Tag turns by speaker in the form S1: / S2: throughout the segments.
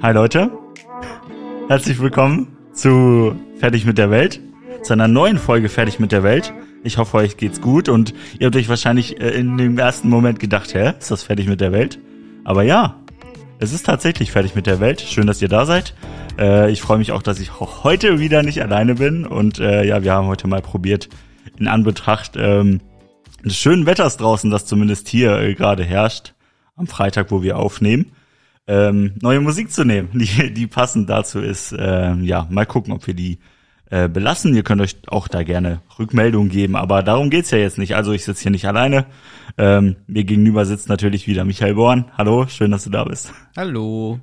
S1: Hi Leute, herzlich willkommen zu Fertig mit der Welt, zu einer neuen Folge Fertig mit der Welt. Ich hoffe, euch geht's gut und ihr habt euch wahrscheinlich äh, in dem ersten Moment gedacht, hä, ist das fertig mit der Welt? Aber ja, es ist tatsächlich fertig mit der Welt. Schön, dass ihr da seid. Äh, ich freue mich auch, dass ich auch heute wieder nicht alleine bin und äh, ja, wir haben heute mal probiert, in Anbetracht ähm, des schönen Wetters draußen, das zumindest hier äh, gerade herrscht, am Freitag, wo wir aufnehmen, ähm, neue Musik zu nehmen, die, die passend dazu ist. Ähm, ja, mal gucken, ob wir die äh, belassen. Ihr könnt euch auch da gerne Rückmeldungen geben, aber darum geht's ja jetzt nicht. Also ich sitze hier nicht alleine. Ähm, mir gegenüber sitzt natürlich wieder Michael Born. Hallo, schön, dass du da bist.
S2: Hallo.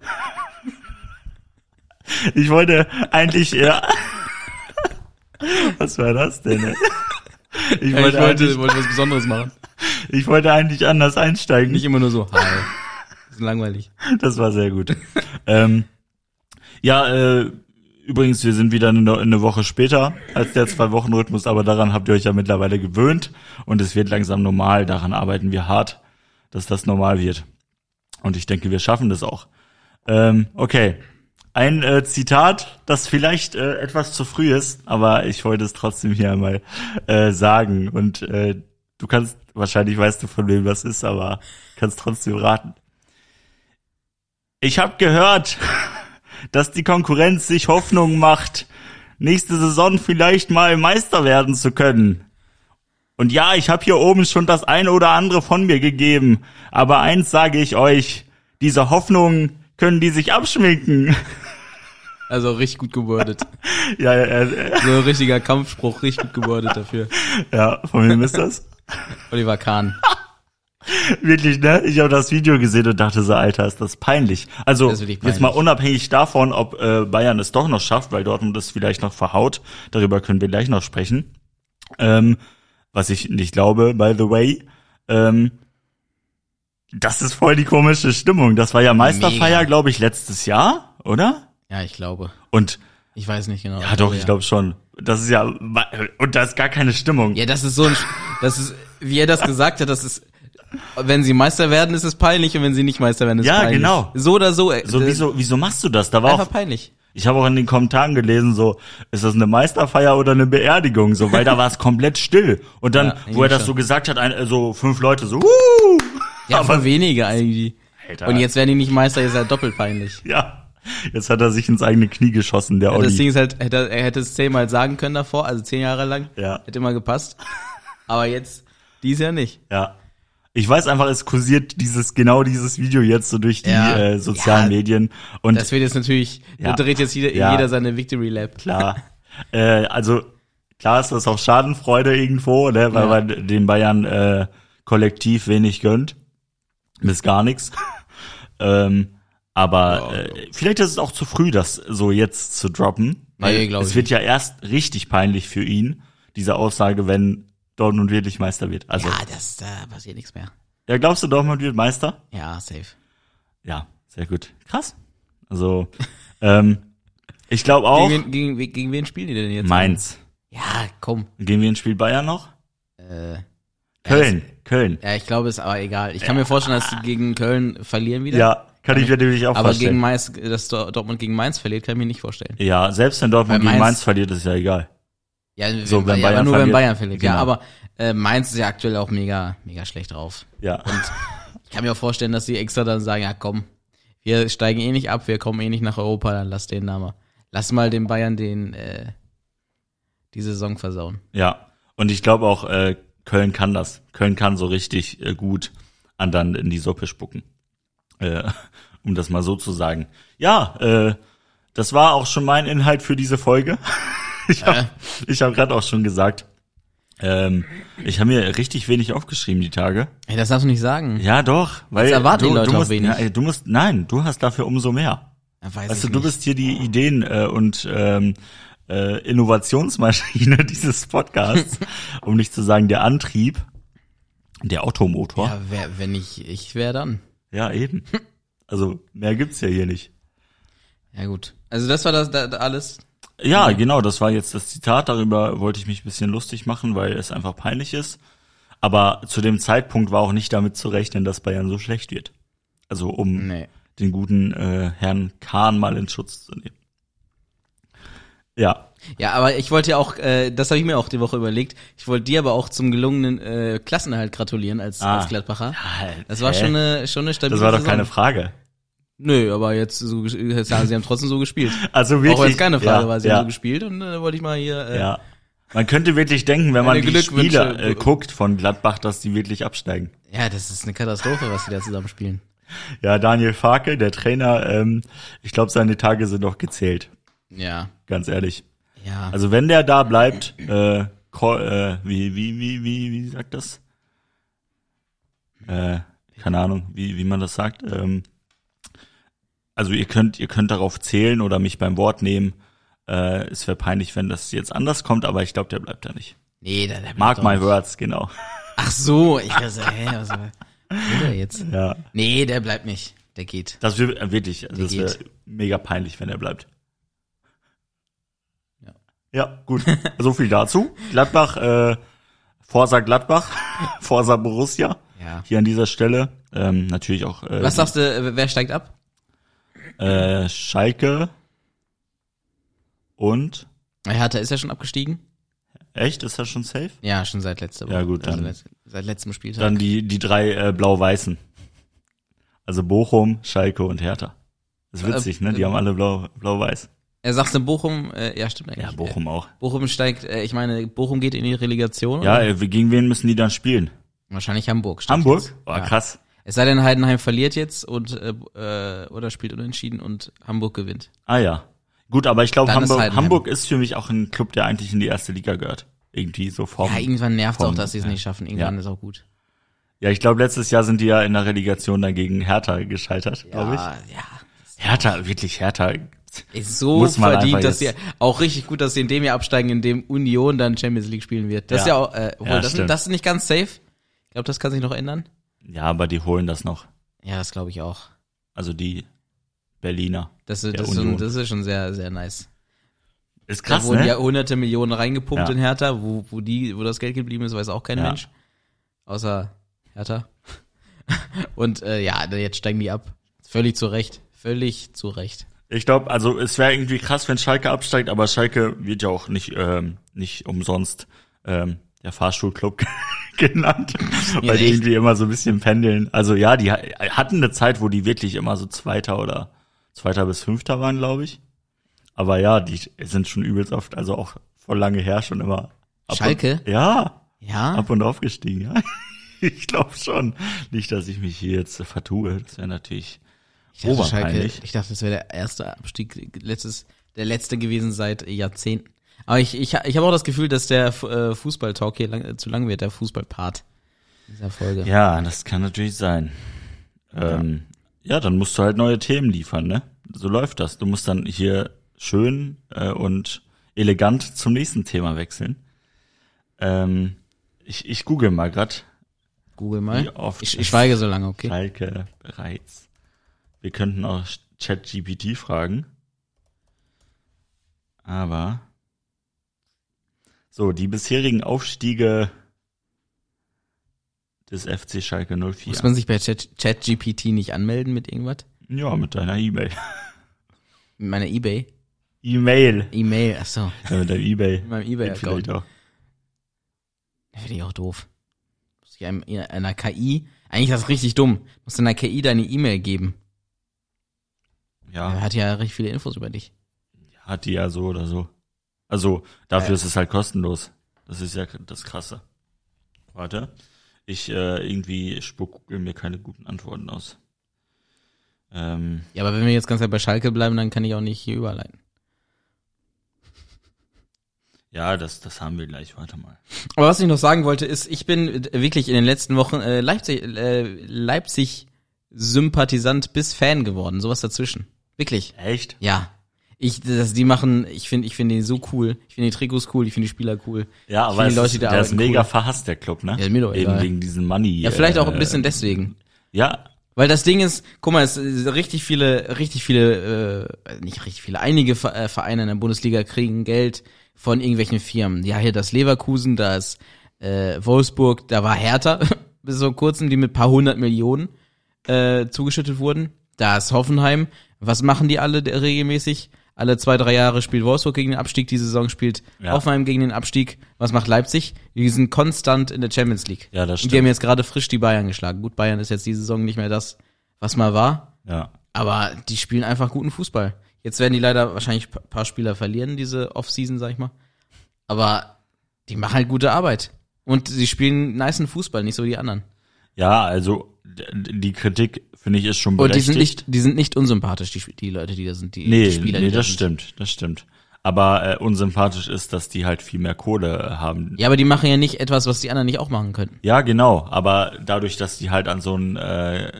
S1: Ich wollte eigentlich ja. Was war das denn? Ich
S2: Ich
S1: wollte,
S2: wollte, ich wollte,
S1: eigentlich,
S2: wollte was Besonderes machen.
S1: ich wollte eigentlich anders einsteigen.
S2: Nicht immer nur so, hi. Das ist langweilig.
S1: Das war sehr gut. ähm, ja, äh, übrigens, wir sind wieder eine, eine Woche später als der Zwei-Wochen-Rhythmus, aber daran habt ihr euch ja mittlerweile gewöhnt und es wird langsam normal. Daran arbeiten wir hart, dass das normal wird. Und ich denke, wir schaffen das auch. Ähm, okay. Ein äh, Zitat, das vielleicht äh, etwas zu früh ist, aber ich wollte es trotzdem hier einmal äh, sagen. Und äh, du kannst, wahrscheinlich weißt du, von wem das ist, aber kannst trotzdem raten. Ich habe gehört, dass die Konkurrenz sich Hoffnung macht, nächste Saison vielleicht mal Meister werden zu können. Und ja, ich habe hier oben schon das ein oder andere von mir gegeben, aber eins sage ich euch, diese Hoffnung können die sich abschminken.
S2: Also richtig gut gewordet.
S1: Ja, ja, ja,
S2: So ein richtiger Kampfspruch, richtig gut gewordet dafür.
S1: ja von wem ist das?
S2: Oliver Kahn.
S1: Wirklich, ne? Ich habe das Video gesehen und dachte so, Alter, ist das peinlich. Also
S2: Das ist wirklich
S1: jetzt mal unabhängig davon, ob äh, Bayern es doch noch schafft, weil Dortmund es vielleicht noch verhaut. Darüber können wir gleich noch sprechen. Ähm, was ich nicht glaube, by the way. Ähm, das ist voll die komische Stimmung. Das war ja
S2: Mega.
S1: Meisterfeier, glaube ich, letztes Jahr, oder?
S2: Ja, ich glaube.
S1: Und
S2: Ich weiß nicht genau.
S1: ja, doch, ich glaube schon. Das ist ja und da ist gar keine Stimmung.
S2: Ja, das ist so ein, das ist, wie er das gesagt hat, das ist, wenn sie Meister werden, ist es peinlich und wenn sie nicht Meister werden, ist es
S1: Ja,
S2: peinlich.
S1: genau.
S2: So oder so. äh,
S1: So,
S2: das-
S1: wieso, wieso machst du das? Da war
S2: Einfach
S1: auch
S2: peinlich.
S1: Ich habe auch in den Kommentaren gelesen, so, ist das eine Meisterfeier oder eine Beerdigung? So, weil da war es komplett still. Und dann,
S2: Ja,
S1: wo er das
S2: schon.
S1: so gesagt hat, ein, äh, so fünf Leute so, uh!
S2: Ja, aber wenige eigentlich.
S1: Alter.
S2: Und jetzt werden die nicht Meister, ist ja doppelt peinlich.
S1: Ja. Jetzt hat er sich ins eigene Knie geschossen, der
S2: Das Ding
S1: Olli.
S2: ist halt, hätte, er- er hätte es zehnmal sagen können davor, also zehn Jahre lang.
S1: Ja.
S2: Hätte immer gepasst. Aber jetzt, dies Jahr nicht.
S1: Ja. Ich weiß einfach, es kursiert dieses, genau dieses Video jetzt so durch die
S2: Ja.
S1: äh, sozialen
S2: Ja.
S1: Medien. Und
S2: Das wird jetzt natürlich,
S1: Ja.
S2: da dreht jetzt jeder,
S1: Ja.
S2: jeder seine Victory Lap.
S1: klar. äh, also klar ist das auch Schadenfreude irgendwo, ne? weil
S2: Ja.
S1: man den Bayern äh, kollektiv wenig gönnt. Bis gar nichts. ähm, aber
S2: Ja,
S1: äh, vielleicht ist es auch zu früh, das so jetzt zu droppen. Weil
S2: Nee, glaub
S1: es
S2: ich
S1: wird ja erst richtig peinlich für ihn, diese Aussage, wenn Dortmund wirklich Meister wird. Also, ja,
S2: Ja, das, da passiert nichts mehr.
S1: glaubst du, Dortmund wird Meister?
S2: Ja, safe.
S1: Ja, sehr gut. Krass. Also, ähm, ich glaube auch,
S2: Gegen, wen- gegen, we- gegen wen spielen die denn jetzt?
S1: Mainz.
S2: Ja, komm.
S1: Gehen wir ins Spiel Bayern noch?
S2: Äh,
S1: Köln, Köln.
S2: ja, ich glaube, ist aber egal. Ich kann mir vorstellen, dass sie gegen Köln verlieren wieder.
S1: Ja, kann ich mir nämlich auch
S2: Aber
S1: vorstellen.
S2: gegen Mainz, dass Dor- Dortmund gegen Mainz verliert, kann ich mir nicht vorstellen.
S1: ja, selbst wenn Dortmund
S2: Weil
S1: gegen
S2: Mainz-
S1: Mainz verliert, ist ja egal.
S2: Ja,
S1: So, wenn
S2: ja, aber
S1: Bayern
S2: nur wenn
S1: verliert.
S2: Bayern verliert. Ja,
S1: Genau.
S2: aber äh, Mainz ist ja aktuell auch mega, mega schlecht drauf.
S1: Ja,
S2: Ich kann mir auch vorstellen, dass sie extra dann sagen, ja komm, wir steigen eh nicht ab, wir kommen eh nicht nach Europa, dann lass den da mal. Lass mal den Bayern den äh, die Saison versauen.
S1: ja. Und ich glaube auch, äh, Köln kann das. Köln kann so richtig äh, gut anderen in die Suppe spucken. Äh, um das mal so zu sagen. Ja, äh, das war auch schon mein Inhalt für diese Folge. Ich
S2: Äh.
S1: habe ich hab gerade auch schon gesagt, ähm, ich habe mir richtig wenig aufgeschrieben die Tage.
S2: Ey, das darfst du nicht sagen.
S1: Ja, doch. Weil
S2: erwarten
S1: du,
S2: die Leute
S1: du
S2: auch
S1: musst,
S2: wenig.
S1: Ja, du musst, nein, du hast dafür umso mehr.
S2: Ja, weiß
S1: Weißt du,
S2: ich
S1: du
S2: nicht.
S1: bist hier die Ideen äh, und ähm, äh, Innovationsmaschine dieses Podcasts, um nicht zu sagen der Antrieb, der Automotor.
S2: Ja, wer, wenn ich ich wäre dann.
S1: Ja, eben. Also mehr gibt's ja hier nicht.
S2: Ja gut. Also das war das da, da alles.
S1: Ja, genau, das war jetzt das Zitat. Darüber wollte ich mich ein bisschen lustig machen, weil es einfach peinlich ist. Aber zu dem Zeitpunkt war auch nicht damit zu rechnen, dass Bayern so schlecht wird. Also um
S2: Nee.
S1: den guten äh, Herrn Kahn mal in Schutz zu nehmen. Ja,
S2: Ja, aber ich wollte ja auch, äh, das habe ich mir auch die Woche überlegt, ich wollte dir aber auch zum gelungenen äh, Klassenerhalt gratulieren als,
S1: Ah.
S2: als Gladbacher.
S1: Halt,
S2: Das war
S1: hä?
S2: schon eine, schon eine stabile
S1: Das war doch
S2: Saison.
S1: keine Frage.
S2: Nö, aber jetzt, so, ges- jetzt sagen sie haben trotzdem so gespielt.
S1: Also wirklich.
S2: auch wenn es keine Frage
S1: ja,
S2: war, sie
S1: ja,
S2: haben so gespielt und äh, wollte ich mal hier äh,
S1: Ja. Man könnte wirklich denken, wenn man
S2: Meine
S1: die
S2: Glückwünsche.
S1: Spieler äh, guckt von Gladbach, dass die wirklich absteigen.
S2: Ja, das ist eine Katastrophe, was die da zusammen spielen.
S1: Ja, Daniel Farke, der Trainer, ähm, ich glaube, seine Tage sind noch gezählt,
S2: Ja.
S1: ganz ehrlich.
S2: Ja.
S1: Also wenn der da bleibt, äh, Ko- äh, wie, wie, wie, wie, wie sagt das? Äh, keine Ahnung, wie, wie man das sagt. Ähm, also ihr könnt, ihr könnt darauf zählen oder mich beim Wort nehmen. Äh, es wäre peinlich, wenn das jetzt anders kommt, aber ich glaube, der bleibt da nicht.
S2: nee, da, da bleibt
S1: Mark
S2: doch
S1: my
S2: nicht.
S1: words, genau.
S2: Ach so, ich dachte, hä, was was will der jetzt?
S1: Ja.
S2: Nee, der bleibt nicht. Der geht.
S1: Das wird äh, wirklich, also
S2: Der
S1: das wäre
S2: geht.
S1: mega peinlich, wenn er bleibt.
S2: Ja.
S1: Ja, gut. so viel dazu. Gladbach, äh, Forsa Gladbach, Forsa Borussia.
S2: Ja.
S1: Hier an dieser Stelle ähm, natürlich auch äh,
S2: Was sagst du, äh, wer steigt ab?
S1: äh, Schalke und
S2: Äh, Hertha ist ja schon abgestiegen.
S1: echt ist das schon safe?
S2: Ja, schon seit letzter Woche. Also
S1: Ja, gut, dann-
S2: seit, seit letztem Spieltag.
S1: Dann die die drei äh, blau-weißen, also Bochum, Schalke und Hertha. Das ist witzig, ne?
S2: Äh,
S1: Die haben alle blau blau-weiß.
S2: Er sagst du Bochum, äh, ja stimmt eigentlich.
S1: Ja, Bochum auch.
S2: Äh, Bochum steigt, äh, ich meine, Bochum geht in die Relegation.
S1: Ja,
S2: oder?
S1: äh, gegen wen müssen die dann spielen?
S2: Wahrscheinlich Hamburg. steht
S1: Hamburg?
S2: jetzt.
S1: Oh,
S2: ja.
S1: krass.
S2: Es sei denn, Heidenheim verliert jetzt und äh, äh, oder spielt unentschieden und Hamburg gewinnt.
S1: Ah ja. Gut, aber ich glaube,
S2: Dann ist halt
S1: Hamburg,
S2: Heidenheim.
S1: Hamburg ist für mich auch ein Club, der eigentlich in die erste Liga gehört. Irgendwie so vom.
S2: Ja, irgendwann nervt es auch,
S1: vom-
S2: dass sie es nicht schaffen. Irgendwann
S1: Ja.
S2: ist auch gut.
S1: Ja, ich glaube, letztes Jahr sind die ja in der Relegation dagegen Hertha gescheitert, glaube ich.
S2: Ja, ja.
S1: Hertha, wirklich Hertha.
S2: Ist so
S1: Muss man
S2: verdient,
S1: einfach
S2: dass sie
S1: jetzt-
S2: auch richtig gut, dass sie in dem Jahr absteigen, in dem Union dann Champions League spielen wird. Das ist ja
S1: Ja.
S2: auch, äh, obwohl,
S1: Ja,
S2: das,
S1: stimmt.
S2: das ist nicht ganz safe. Ich glaube, das kann sich noch ändern.
S1: Ja, aber die holen das noch.
S2: Ja, das glaube ich auch.
S1: Also die Berliner.
S2: Das, ist-
S1: Der
S2: das, ist schon,
S1: Union.
S2: das ist schon sehr, sehr nice.
S1: Ist
S2: Da
S1: krass,
S2: wurden
S1: ne?
S2: ja hunderte Millionen reingepumpt
S1: Ja.
S2: in Hertha, wo, wo, die, wo das Geld geblieben ist, weiß auch kein
S1: Ja.
S2: Mensch. Außer Hertha. Und äh, ja, jetzt steigen die ab. Völlig zu Recht. Völlig zu Recht.
S1: Ich glaube, also es wäre irgendwie krass, wenn Schalke absteigt, aber Schalke wird ja auch nicht, ähm, nicht umsonst ähm, der Fahrstuhlclub genannt, weil die
S2: echt?
S1: irgendwie immer so ein bisschen pendeln. Also ja, die ha- hatten eine Zeit, wo die wirklich immer so Zweiter oder Zweiter bis Fünfter waren, glaube ich. Aber ja, die sind schon übelst oft, also auch vor lange her schon immer. ab
S2: Schalke? Ah.
S1: Und, ja,
S2: Ja,
S1: ab und aufgestiegen, ja. Ich glaube schon. Nicht, dass ich mich hier jetzt vertue. Das wäre natürlich.
S2: ich dachte, Schalke,
S1: oberpeinlich.
S2: ich dachte, das wäre der erste Abstieg, letztes, der letzte gewesen seit Jahrzehnten. Aber ich, ich, ich habe auch das Gefühl, dass der F- äh, Fußball-Talk hier lang, äh, zu lang wird, der Fußball-Part dieser Folge.
S1: Ja, das kann natürlich sein. Ähm, ja, dann musst du halt neue Themen liefern, ne? So läuft das. Du musst dann hier schön äh, und elegant zum nächsten Thema wechseln. Ähm, ich, ich google mal grad.
S2: Google mal.
S1: Wie oft
S2: Ich, ich
S1: ist-
S2: schweige so lange, okay?
S1: Schalke bereits. Wir könnten auch ChatGPT fragen. Aber. So, die bisherigen Aufstiege des FC Schalke 04.
S2: Muss man sich bei Chat- ChatGPT nicht anmelden mit irgendwas? Hm.
S1: Ja, mit deiner E-Mail.
S2: Mit meiner Ebay?
S1: E-Mail.
S2: E-Mail, achso.
S1: Ja, mit deinem E-Mail.
S2: Mit meinem
S1: Geht vielleicht
S2: Ebay-Account.
S1: auch.
S2: Finde ich auch doof. Muss ich einem, einer KI, eigentlich ist das richtig dumm. Musst du einer KI deine E-Mail geben. Er
S1: Ja,
S2: hat ja richtig viele Infos über dich.
S1: hat die ja so oder so. Also, dafür ist es halt kostenlos. Das ist ja das Krasse. Warte. Ich, äh, irgendwie spuck mir keine guten Antworten aus. Ähm,
S2: Ja, aber wenn wir jetzt ganz halt bei Schalke bleiben, dann kann ich auch nicht hier überleiten.
S1: ja, das, das haben wir gleich. Warte mal.
S2: Aber was ich noch sagen wollte, ist, ich bin wirklich in den letzten Wochen äh, Leipzig, äh, Leipzig Sympathisant bis Fan geworden. Sowas dazwischen. Wirklich.
S1: Echt?
S2: Ja. Ich, das, die machen, ich finde, ich finde die so cool. Ich finde die Trikots cool, ich finde die Spieler cool.
S1: Ja,
S2: ich
S1: aber
S2: find
S1: es
S2: die Leute,
S1: ist,
S2: die da
S1: der ist
S2: arbeiten,
S1: mega
S2: cool.
S1: verhasst, der Club, ne?
S2: Ja, mir doch
S1: Eben
S2: egal.
S1: wegen diesen Money.
S2: Ja, vielleicht auch ein
S1: äh,
S2: bisschen deswegen.
S1: Ja,
S2: Weil das Ding ist, guck mal, es ist richtig viele, richtig viele, äh, nicht richtig viele, einige Ver- äh, Vereine in der Bundesliga kriegen Geld von irgendwelchen Firmen. Ja, hier das Leverkusen, da ist äh, Wolfsburg, da war Hertha bis vor kurzem, die mit paar hundert Millionen äh, zugeschüttet wurden. Da ist Hoffenheim. Was machen die alle der- regelmäßig? Alle zwei, drei Jahre spielt Wolfsburg gegen den Abstieg. Die Saison spielt
S1: Ja.
S2: Hoffenheim gegen den Abstieg. Was macht Leipzig? Die sind konstant in der Champions League.
S1: Ja, das
S2: Und die haben
S1: stimmt.
S2: jetzt gerade frisch die Bayern geschlagen. Gut, Bayern ist jetzt die Saison nicht mehr das, was mal war.
S1: Ja.
S2: Aber die spielen einfach guten Fußball. Jetzt werden die leider wahrscheinlich ein paar Spieler verlieren, diese Offseason, sag ich mal. Aber die machen halt gute Arbeit. Und sie spielen nicen Fußball, nicht so wie die anderen.
S1: Ja, also d- die Kritik, finde ich, ist schon
S2: Und die
S1: berechtigt.
S2: sind nicht, die sind nicht unsympathisch, die, Sp- die Leute, die da sind, die,
S1: nee,
S2: die Spieler,
S1: nee,
S2: die da
S1: das
S2: sind.
S1: stimmt, das stimmt. Aber äh, unsympathisch ist, dass die halt viel mehr Kohle äh, haben.
S2: Ja, aber die machen ja nicht etwas, was die anderen nicht auch machen könnten.
S1: Ja, genau. Aber dadurch, dass die halt an so ein äh,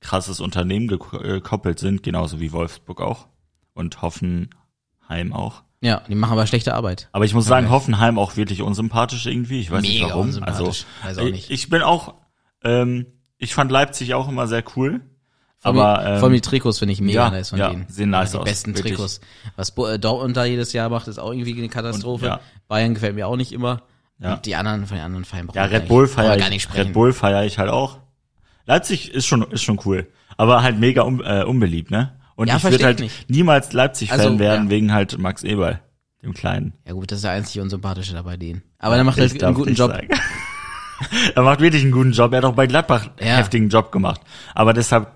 S1: krasses Unternehmen geko- äh, gekoppelt sind, genauso wie Wolfsburg auch und Hoffenheim auch.
S2: Ja, die machen aber schlechte Arbeit.
S1: Aber ich muss sagen, Hoffenheim auch wirklich unsympathisch irgendwie. Ich weiß nicht
S2: Mega
S1: warum.
S2: unsympathisch.
S1: Also,
S2: Weiß auch nicht.
S1: Ich, ich bin auch, ähm, ich fand Leipzig auch immer sehr cool.
S2: Vor
S1: aber
S2: allem,
S1: ähm,
S2: vor allem die Trikots finde ich mega
S1: ja,
S2: nice von
S1: ja,
S2: denen. Also
S1: sehen nice
S2: die
S1: aus,
S2: besten
S1: wirklich.
S2: Trikots. Was Bo- äh, Dortmund da jedes Jahr macht, ist auch irgendwie eine Katastrophe.
S1: Und- ja.
S2: Bayern gefällt mir auch nicht immer.
S1: Ja.
S2: Und die anderen von den anderen Vereinen
S1: Ja,
S2: brauchen wir
S1: Red Bull
S2: eigentlich- brauchen wir
S1: feiere
S2: gar nicht
S1: ich,
S2: sprechen.
S1: Red Bull feiere ich halt auch. Leipzig ist schon, ist schon cool. Aber halt mega un, äh, unbeliebt, ne? Und
S2: Ja,
S1: ich würde
S2: versteh
S1: halt
S2: ich nicht.
S1: niemals Leipzig-Fan
S2: Also,
S1: werden
S2: ja.
S1: wegen halt Max Eberl, dem Kleinen.
S2: Ja gut, das ist der einzige unsympathische da bei denen. Aber der macht halt
S1: Ich
S2: einen
S1: darf
S2: guten
S1: nicht
S2: Job.
S1: sagen. er macht wirklich einen guten Job. Er hat auch bei Gladbach einen
S2: Ja.
S1: heftigen Job gemacht. Aber deshalb,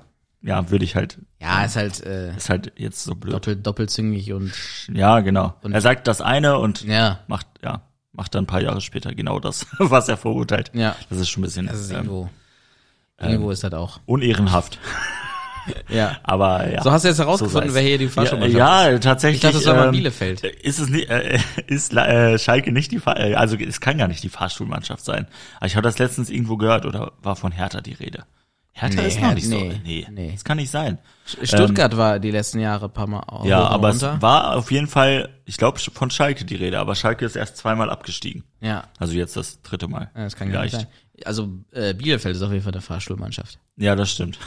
S1: ja, würde ich halt,
S2: Ja, ist halt äh,
S1: ist halt jetzt so blöd.
S2: doppelt, doppelzüngig und
S1: Ja, genau. er sagt das eine und
S2: ja,
S1: macht, ja, macht dann ein paar Jahre später genau das, was er verurteilt.
S2: Ja.
S1: Das ist schon ein bisschen
S2: das ist
S1: ähm,
S2: irgendwo. Irgendwo ist das auch.
S1: unehrenhaft.
S2: Ja.
S1: Aber Ähm, ja.
S2: So hast du jetzt herausgefunden,
S1: sei's.
S2: wer hier die Fahrschule
S1: ja, ja, tatsächlich.
S2: Ich dachte, es war mal
S1: ähm,
S2: Bielefeld.
S1: Ist es nicht, äh, ist äh, Schalke nicht die, Fahr äh, also es kann gar nicht die Fahrstuhlmannschaft sein. Aber Ich habe das letztens irgendwo gehört oder war von Hertha die Rede. Hertha
S2: Nee,
S1: ist noch nicht
S2: nee,
S1: so. Nee,
S2: nee.
S1: das kann nicht sein.
S2: Stuttgart war die letzten Jahre ein paar Mal auch
S1: Ähm, Ja,
S2: hoch und
S1: aber es
S2: runter.
S1: war auf jeden Fall, ich glaube, von Schalke die Rede, aber Schalke ist erst zweimal abgestiegen.
S2: ja.
S1: Also jetzt das dritte Mal.
S2: Ja, Das kann gar
S1: Vielleicht.
S2: nicht sein. Also äh, Bielefeld ist auf jeden Fall eine Fahrstuhlmannschaft.
S1: Ja, das stimmt.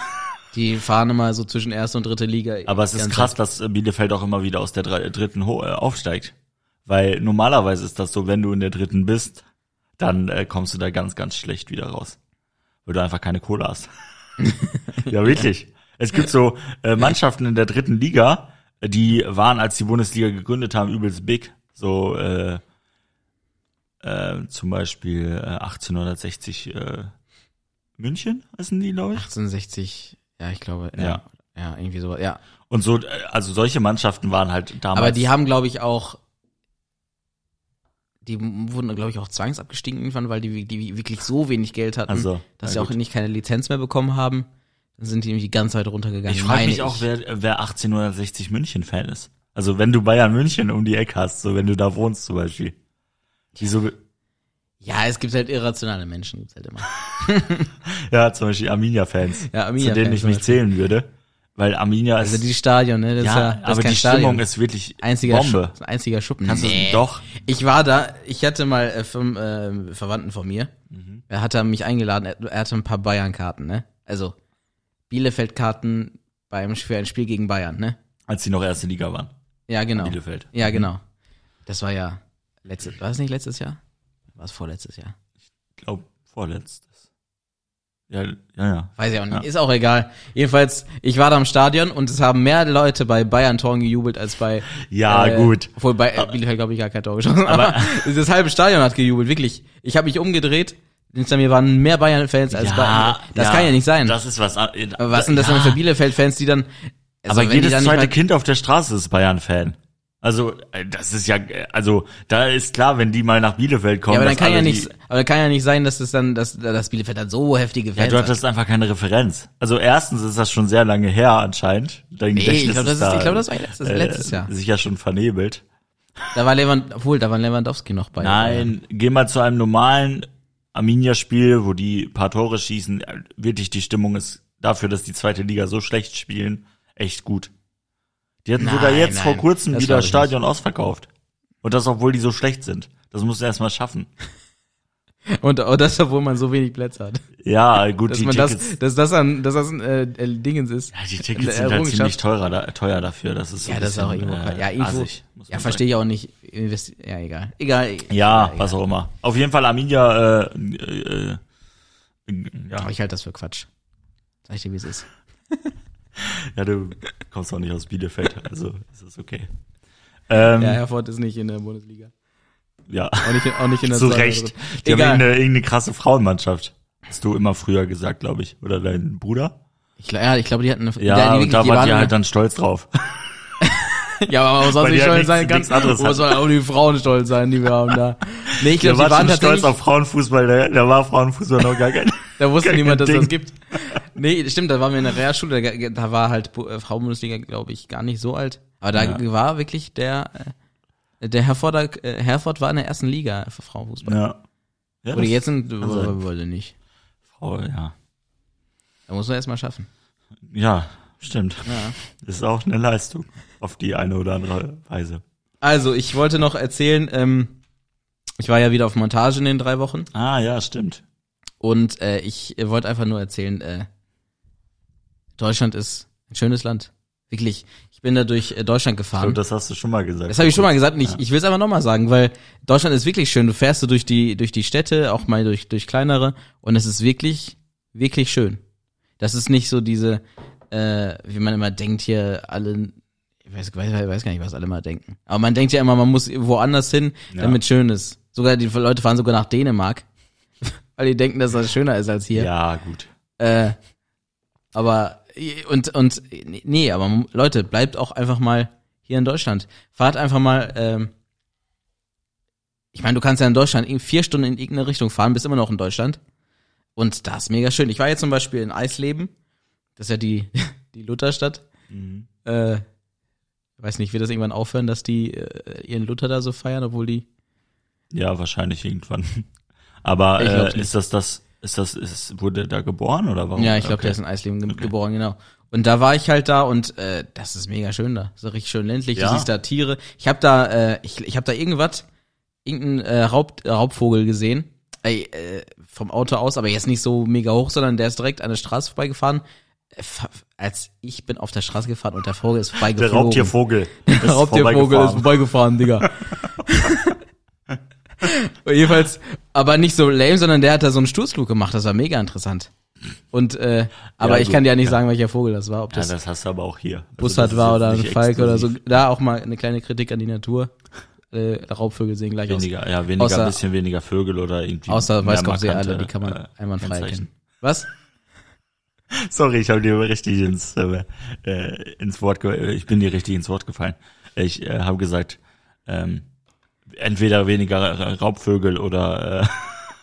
S2: Die fahren immer so zwischen erste und dritte Liga.
S1: Aber es ist
S2: Ganz- halt.
S1: krass, dass äh, Bielefeld auch immer wieder aus der drei- dritten ho- äh, aufsteigt. Weil normalerweise ist das so, wenn du in der dritten bist, dann äh, kommst du da ganz, ganz schlecht wieder raus. Weil du einfach keine Kohle hast. ja, wirklich. Es gibt so äh, Mannschaften in der dritten Liga, die waren, als die Bundesliga gegründet haben, übelst big. So äh, äh, zum Beispiel äh, 1860 äh, München heißen die, glaube ich.
S2: 1860, ja, ich glaube. Ja.
S1: Ja.
S2: ja. irgendwie sowas, ja.
S1: Und so, äh, also solche Mannschaften waren halt damals.
S2: Aber die haben, glaube ich, auch. Die m- wurden, glaube ich, auch zwangsabgestiegen irgendwann, weil die, die wirklich so wenig Geld hatten,
S1: Also,
S2: dass
S1: ja
S2: sie auch
S1: gut.
S2: nicht keine Lizenz mehr bekommen haben. Dann sind die nämlich die ganze Zeit runtergegangen.
S1: Ich frage
S2: meine
S1: mich auch, wer, wer 1860 München-Fan ist. Also wenn du Bayern München um die Ecke hast, so wenn du da wohnst zum Beispiel. Wieso?
S2: Ja, es gibt halt irrationale Menschen, gibt's halt immer.
S1: Ja, zum Beispiel Arminia-Fans,
S2: Ja,
S1: zu
S2: Arminia-Fans
S1: denen ich
S2: zum
S1: mich zählen würde. Weil Arminia ist,
S2: Also die Stadion, ne? Das ist ja,
S1: ja,
S2: das
S1: aber
S2: ist kein
S1: die
S2: Stadion.
S1: Stimmung ist wirklich
S2: einziger Schuppen.
S1: Bombe.
S2: Ein einziger Schuppen.
S1: Kannst du- doch.
S2: Ich war da, ich hatte mal äh, vom äh, Verwandten von mir,
S1: Mhm.
S2: er hatte mich eingeladen, er, er hatte ein paar Bayern-Karten, ne? Also Bielefeld-Karten beim für ein Spiel gegen Bayern, ne?
S1: Als die noch erste Liga waren.
S2: Ja, genau.
S1: Bielefeld. Mhm.
S2: Ja, genau. Das war ja letztes, war es nicht letztes Jahr? War es vorletztes Jahr?
S1: Ich glaube, vorletztes. Ja, ja, ja.
S2: Weiß ich auch nicht.
S1: Ja.
S2: Ist auch egal. Jedenfalls, ich war da im Stadion und es haben mehr Leute bei Bayern-Toren gejubelt als bei.
S1: Ja,
S2: äh,
S1: Ah, gut.
S2: Obwohl bei äh, Bielefeld, glaube ich, gar kein Tor geschossen. Aber, das halbe Stadion hat gejubelt, wirklich. Ich habe mich umgedreht. Hinter mir waren mehr Bayern-Fans als Bayern. Das kann ja nicht sein.
S1: Das ist was. an-
S2: aber was sind das
S1: ja,
S2: denn für Bielefeld-Fans, die dann.
S1: Aber
S2: also wenn die
S1: jedes
S2: dann nicht
S1: zweite
S2: mal-
S1: Kind auf der Straße ist Bayern-Fan. Also, äh, das ist ja, äh, also, da ist klar, wenn die mal nach Bielefeld kommen.
S2: Ja, aber dann
S1: dass
S2: kann
S1: alle
S2: ja
S1: also die-
S2: nicht, aber dann kann ja nicht sein, dass das dann, dass, dass Bielefeld dann so heftige
S1: Ja,
S2: Fans
S1: du
S2: hat.
S1: hattest einfach keine Referenz. Also erstens ist das schon sehr lange her anscheinend. Dein
S2: Nee, ich glaub, das ist-
S1: da, äh,
S2: ich glaub, das war letztes- letztes Jahr.
S1: Sich ja schon vernebelt.
S2: Da war Lewand, obwohl, da war Lewandowski noch bei.
S1: Nein, geh mal zu einem normalen Arminia-Spiel, wo die ein paar Tore schießen. Äh, Wirklich, die Stimmung ist dafür, dass die zweite Liga so schlecht spielen, echt gut. Die hatten
S2: Nein,
S1: sogar jetzt
S2: nein,
S1: vor kurzem
S2: das
S1: wieder
S2: glaub
S1: das
S2: ich
S1: Stadion ausverkauft. Und das, obwohl die so schlecht sind. Das musst du erst mal schaffen.
S2: Und, und das, obwohl man so wenig Plätze hat.
S1: Ja, gut,
S2: dass
S1: die
S2: man
S1: Tickets,
S2: das, dass das an, dass das ein äh, äh, Dingens ist.
S1: ja, die Tickets sind halt ziemlich teurer, da, teuer dafür. Das ist so
S2: Ja,
S1: ein
S2: das ist auch
S1: bisschen,
S2: irgendwo.
S1: äh,
S2: ja, irgendwo.
S1: assig, muss
S2: ja,
S1: man
S2: verstehe ich auch nicht. Invest ja, egal. Egal. e-
S1: Ja,
S2: egal.
S1: was auch immer. Auf jeden Fall Arminia, äh, äh, äh, ja,
S2: Aber ich halte das für Quatsch. Sag ich dir, wie es ist.
S1: Ja, du kommst auch nicht aus Bielefeld, also ist es okay. Ähm,
S2: Ja,
S1: ja,
S2: Herford ist nicht in der Bundesliga.
S1: ja.
S2: Auch nicht, in- auch nicht in der
S1: zu
S2: zweiten
S1: Recht.
S2: oder
S1: Die
S2: Egal.
S1: haben irgendeine, irgendeine krasse Frauenmannschaft. Hast du immer früher gesagt, glaube ich. Oder dein Bruder?
S2: dritten. Ich, gl- ja, ich glaube, die hatten eine,
S1: Ja,
S2: die,
S1: und da
S2: die
S1: waren die
S2: waren- Genau,
S1: halt dann stolz drauf.
S2: Ja, aber man soll
S1: Weil die
S2: nicht
S1: halt
S2: stolz sein,
S1: nichts-
S2: ganz
S1: nichts anderes
S2: anderes. Man
S1: hatten.
S2: soll auch die Frauen stolz sein, die wir haben da. Nee, ich
S1: Wir
S2: glaube, die
S1: waren
S2: waren
S1: schon stolz
S2: tatsächlich,
S1: auf Frauenfußball, da, da war Frauenfußball noch gar kein.
S2: da wusste
S1: kein
S2: niemand, dass
S1: Ding.
S2: das gibt. Nee, stimmt, da waren wir in der Realschule, da, da war halt Bu- äh, Frauenbundesliga, glaube ich, gar nicht so alt. Aber da
S1: Ja.
S2: war wirklich der, äh, der Herforder, äh, Herford war in der ersten Liga für Frauenfußball.
S1: Ja. ja
S2: Oder
S1: das-
S2: jetzt sind,
S1: kann sein.
S2: wollte nicht.
S1: Frau, ja.
S2: Da muss man erstmal schaffen.
S1: Ja, stimmt.
S2: Ja.
S1: Das ist auch eine Leistung. Auf die eine oder andere Weise.
S2: Also, ich wollte noch erzählen, ähm, ich war ja wieder auf Montage in den drei Wochen.
S1: Ah, ja, stimmt.
S2: Und äh, ich äh, wollte einfach nur erzählen, äh, Deutschland ist ein schönes Land. Wirklich. Ich bin da durch äh, Deutschland
S1: Ich glaub,
S2: gefahren.
S1: das hast du schon mal gesagt.
S2: das habe ich schon mal gesagt und ich, ich will es einfach nochmal sagen, weil Deutschland ist wirklich schön. Du fährst du durch die, durch die Städte, auch mal durch, durch kleinere und es ist wirklich, wirklich schön. Das ist nicht so diese, äh, wie man immer denkt hier, alle, ich weiß, weiß, weiß gar nicht, was alle mal denken. Aber man denkt ja immer, man muss woanders hin,
S1: Ja.
S2: damit schön ist. Sogar die Leute fahren sogar nach Dänemark, weil die denken, dass das schöner ist als hier.
S1: Ja, gut.
S2: Äh, aber und und nee, aber Leute, bleibt auch einfach mal hier in Deutschland. Fahrt einfach mal. Ähm, ich meine, du kannst ja in Deutschland in vier Stunden in irgendeine Richtung fahren, bist immer noch in Deutschland. Und das ist mega schön. Ich war jetzt zum Beispiel in Eisleben. Das ist ja die die Lutherstadt.
S1: Mhm.
S2: Äh, weiß nicht, wird das irgendwann aufhören, dass die äh, ihren Luther da so feiern, obwohl die
S1: Ja, wahrscheinlich irgendwann. Aber
S2: Ich glaub's
S1: äh,
S2: nicht.
S1: ist das das, ist das, ist, wurde der geboren oder warum?
S2: Ja, ich glaube,
S1: Okay.
S2: der ist in Eisleben ge geboren, genau. Und da war ich halt da und äh, das ist mega schön da. So richtig schön ländlich,
S1: Ja.
S2: du siehst da Tiere. Ich habe da, äh, ich, ich habe da irgendwas, irgendeinen äh, Raub, Raubvogel gesehen. Ey, äh, vom Auto aus, aber jetzt nicht so mega hoch, sondern der ist direkt an der Straße vorbeigefahren. Äh, fa- Als ich bin auf der Straße gefahren und der Vogel ist
S1: Der
S2: vorbeigeflogen.
S1: Raubtiervogel. ist
S2: Der Raubtiervogel ist
S1: vorbeigefahren.
S2: vorbeigefahren, Digga. Jedenfalls, aber nicht so lame, sondern der hat da so einen Sturzflug gemacht. Das war mega interessant. Und äh, aber
S1: Ja,
S2: ich
S1: gut,
S2: kann dir ja nicht
S1: ja.
S2: sagen, welcher Vogel das war, ob
S1: Ja,
S2: das,
S1: das hast du aber auch hier. Also, das
S2: Bussard
S1: ist
S2: war
S1: jetzt
S2: oder ein
S1: nicht
S2: Falk oder so.
S1: exklusiv.
S2: Da auch mal eine kleine Kritik an die Natur. Äh, Raubvögel sehen gleich
S1: Weniger, ja, weniger,
S2: Außer-
S1: ein bisschen weniger Vögel oder irgendwie.
S2: aus. Außer
S1: mehr
S2: Weißkopfsee,
S1: markante,
S2: alle, die kann man
S1: äh,
S2: einwandfrei
S1: Kennzeichen.
S2: erkennen. Was?
S1: Sorry, ich habe dir richtig ins, äh, äh, ins Wort, ge ich bin dir richtig ins Wort gefallen. Ich äh, habe gesagt, ähm, entweder weniger Raubvögel oder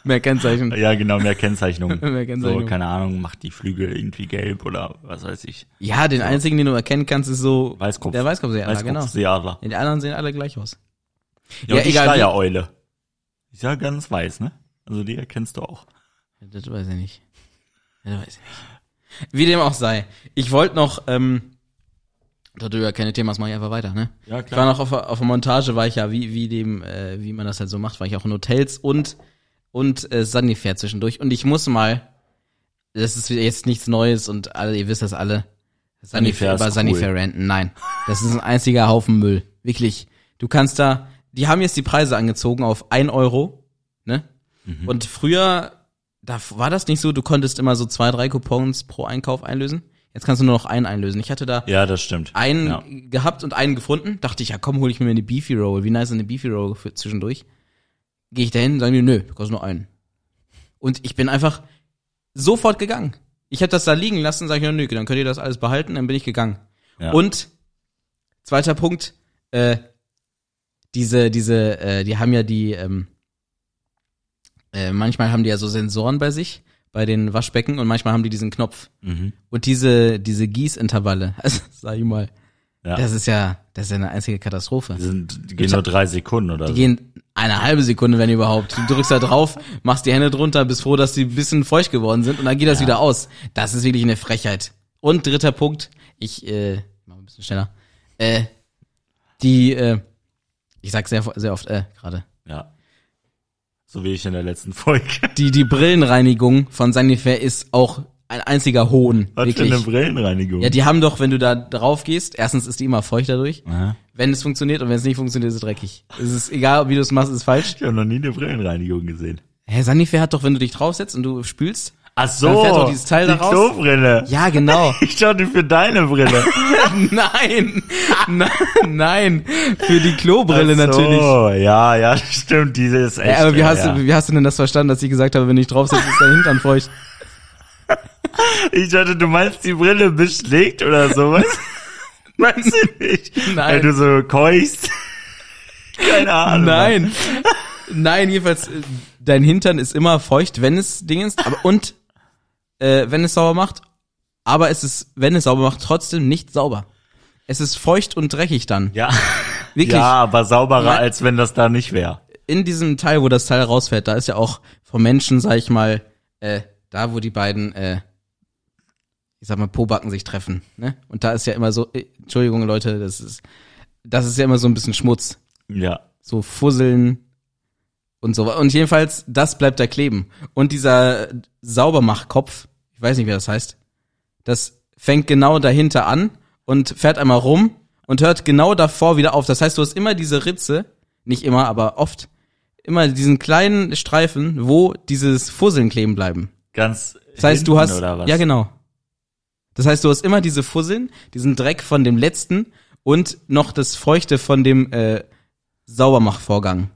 S2: Mehr Kennzeichen.
S1: äh, ja genau mehr Kennzeichnungen.
S2: Mehr Kennzeichnungen.
S1: So keine Ahnung, macht die Flügel irgendwie gelb oder was weiß ich.
S2: Ja, den einzigen, den du erkennen kannst, ist so
S1: Weißkopf.
S2: der Weißkopfseeadler, genau.
S1: Weißkopfseeadler.
S2: Die anderen sehen alle gleich aus.
S1: Ja,
S2: Ja,
S1: und die
S2: egal wie-
S1: Schleiereule. Die Ist ja ganz weiß, ne? Also die erkennst du auch.
S2: Das weiß ich nicht. Das weiß ich nicht. Wie dem auch sei. Ich wollte noch, ähm, da du ja keine Themen hast, mach ich einfach weiter, ne?
S1: Ja,
S2: Ich war noch auf, auf der Montage, war ich ja, wie, wie dem, äh, wie man das halt so macht, war ich auch in Hotels und, und äh, Sanifair zwischendurch. Und ich muss mal, das ist jetzt nichts Neues und alle, ihr wisst das alle,
S1: Sanifair
S2: Sanifair
S1: ist
S2: über
S1: cool.
S2: Sanifair renten. Nein, das ist ein einziger Haufen Müll. Wirklich. Du kannst da, die haben jetzt die Preise angezogen auf 1 Euro, ne?
S1: Mhm.
S2: Und früher, da f- war das nicht so, du konntest immer so zwei, drei Coupons pro Einkauf einlösen. Jetzt kannst du nur noch einen einlösen. Ich hatte da
S1: Ja, das stimmt.
S2: einen
S1: Ja.
S2: gehabt und einen gefunden. Dachte ich, ja komm, hole ich mir eine Beefy Roll. Wie nice ist eine Beefy Roll für zwischendurch? Gehe ich dahin, sagen die, nö, kostet nur einen. Und ich bin einfach sofort gegangen. Ich habe das da liegen lassen, sage ich, ja, nö, dann könnt ihr das alles behalten, dann bin ich gegangen.
S1: Ja.
S2: Und zweiter Punkt, äh, diese, diese, äh, die haben ja die, ähm, äh, manchmal haben die ja so Sensoren bei sich, bei den Waschbecken und manchmal haben die diesen Knopf.
S1: Mhm.
S2: Und diese, diese Gießintervalle, also, sag ich mal,
S1: Ja.
S2: das ist ja, das ist ja eine einzige Katastrophe.
S1: Die sind, die gehen nur drei Sekunden oder
S2: Die
S1: so.
S2: gehen eine halbe Sekunde, wenn überhaupt. Du drückst da drauf, machst die Hände drunter, bist froh, dass die ein bisschen feucht geworden sind und dann geht das wieder aus. Das ist wirklich eine Frechheit. Und dritter Punkt, ich, äh, mach mal ein bisschen schneller, äh, die, äh, ich sag sehr, sehr oft, äh, gerade,
S1: Ja. So wie ich in der letzten Folge.
S2: die, die Brillenreinigung von Sanifair ist auch ein einziger Hohn.
S1: Was für
S2: wirklich.
S1: eine Brillenreinigung.
S2: Ja, die haben doch, wenn du da drauf gehst, erstens ist die immer feucht dadurch.
S1: Aha.
S2: Wenn es funktioniert und wenn es nicht funktioniert, ist es dreckig. Es ist egal, wie du es machst, ist es falsch.
S1: ich habe noch nie eine Brillenreinigung gesehen.
S2: Herr Sanifair hat doch, wenn du dich draufsetzt und du spülst,
S1: Ach so,
S2: Dann fährt doch dieses Teil
S1: die
S2: da raus.
S1: Klobrille.
S2: Ja, genau.
S1: Ich dachte für deine Brille.
S2: nein, nein, nein, für die Klobrille
S1: Ach so,
S2: natürlich.
S1: Ja, ja, stimmt. Diese ist echt.
S2: Ja, aber wie, hast
S1: ja.
S2: Du, wie hast du denn das verstanden, dass ich gesagt habe, wenn ich drauf sitze, ist dein Hintern feucht?
S1: Ich dachte, du meinst die Brille beschlägt oder sowas. Meinst du nicht?
S2: Nein.
S1: Weil du so keuchst. Keine Ahnung.
S2: Nein. Nein, jedenfalls, äh, dein Hintern ist immer feucht, wenn es Ding ist, aber und äh, wenn es sauber macht, aber es ist, wenn es sauber macht, trotzdem nicht sauber. Es ist feucht und dreckig dann.
S1: Ja.
S2: Wirklich.
S1: Ja, aber sauberer,
S2: Nein.
S1: als wenn das da nicht wäre.
S2: In diesem Teil, wo das Teil rausfährt, da ist ja auch vom Menschen, sag ich mal, äh, da wo die beiden, äh, ich sag mal, Pobacken sich treffen. Ne? Und da ist ja immer so, äh, Entschuldigung, Leute, das ist, das ist ja immer so ein bisschen Schmutz.
S1: Ja.
S2: so Fusseln und so. Und jedenfalls, das bleibt da kleben. Und dieser Saubermachkopf, ich weiß nicht, wie das heißt, das fängt genau dahinter an und fährt einmal rum und hört genau davor wieder auf. Das heißt, du hast immer diese Ritze, nicht immer, aber oft, immer diesen kleinen Streifen, wo dieses Fusseln kleben bleiben.
S1: Ganz.
S2: Das heißt, du hast
S1: Oder was?
S2: ja genau. Das heißt, du hast immer diese Fusseln, diesen Dreck von dem letzten und noch das Feuchte von dem äh, Saubermachvorgang.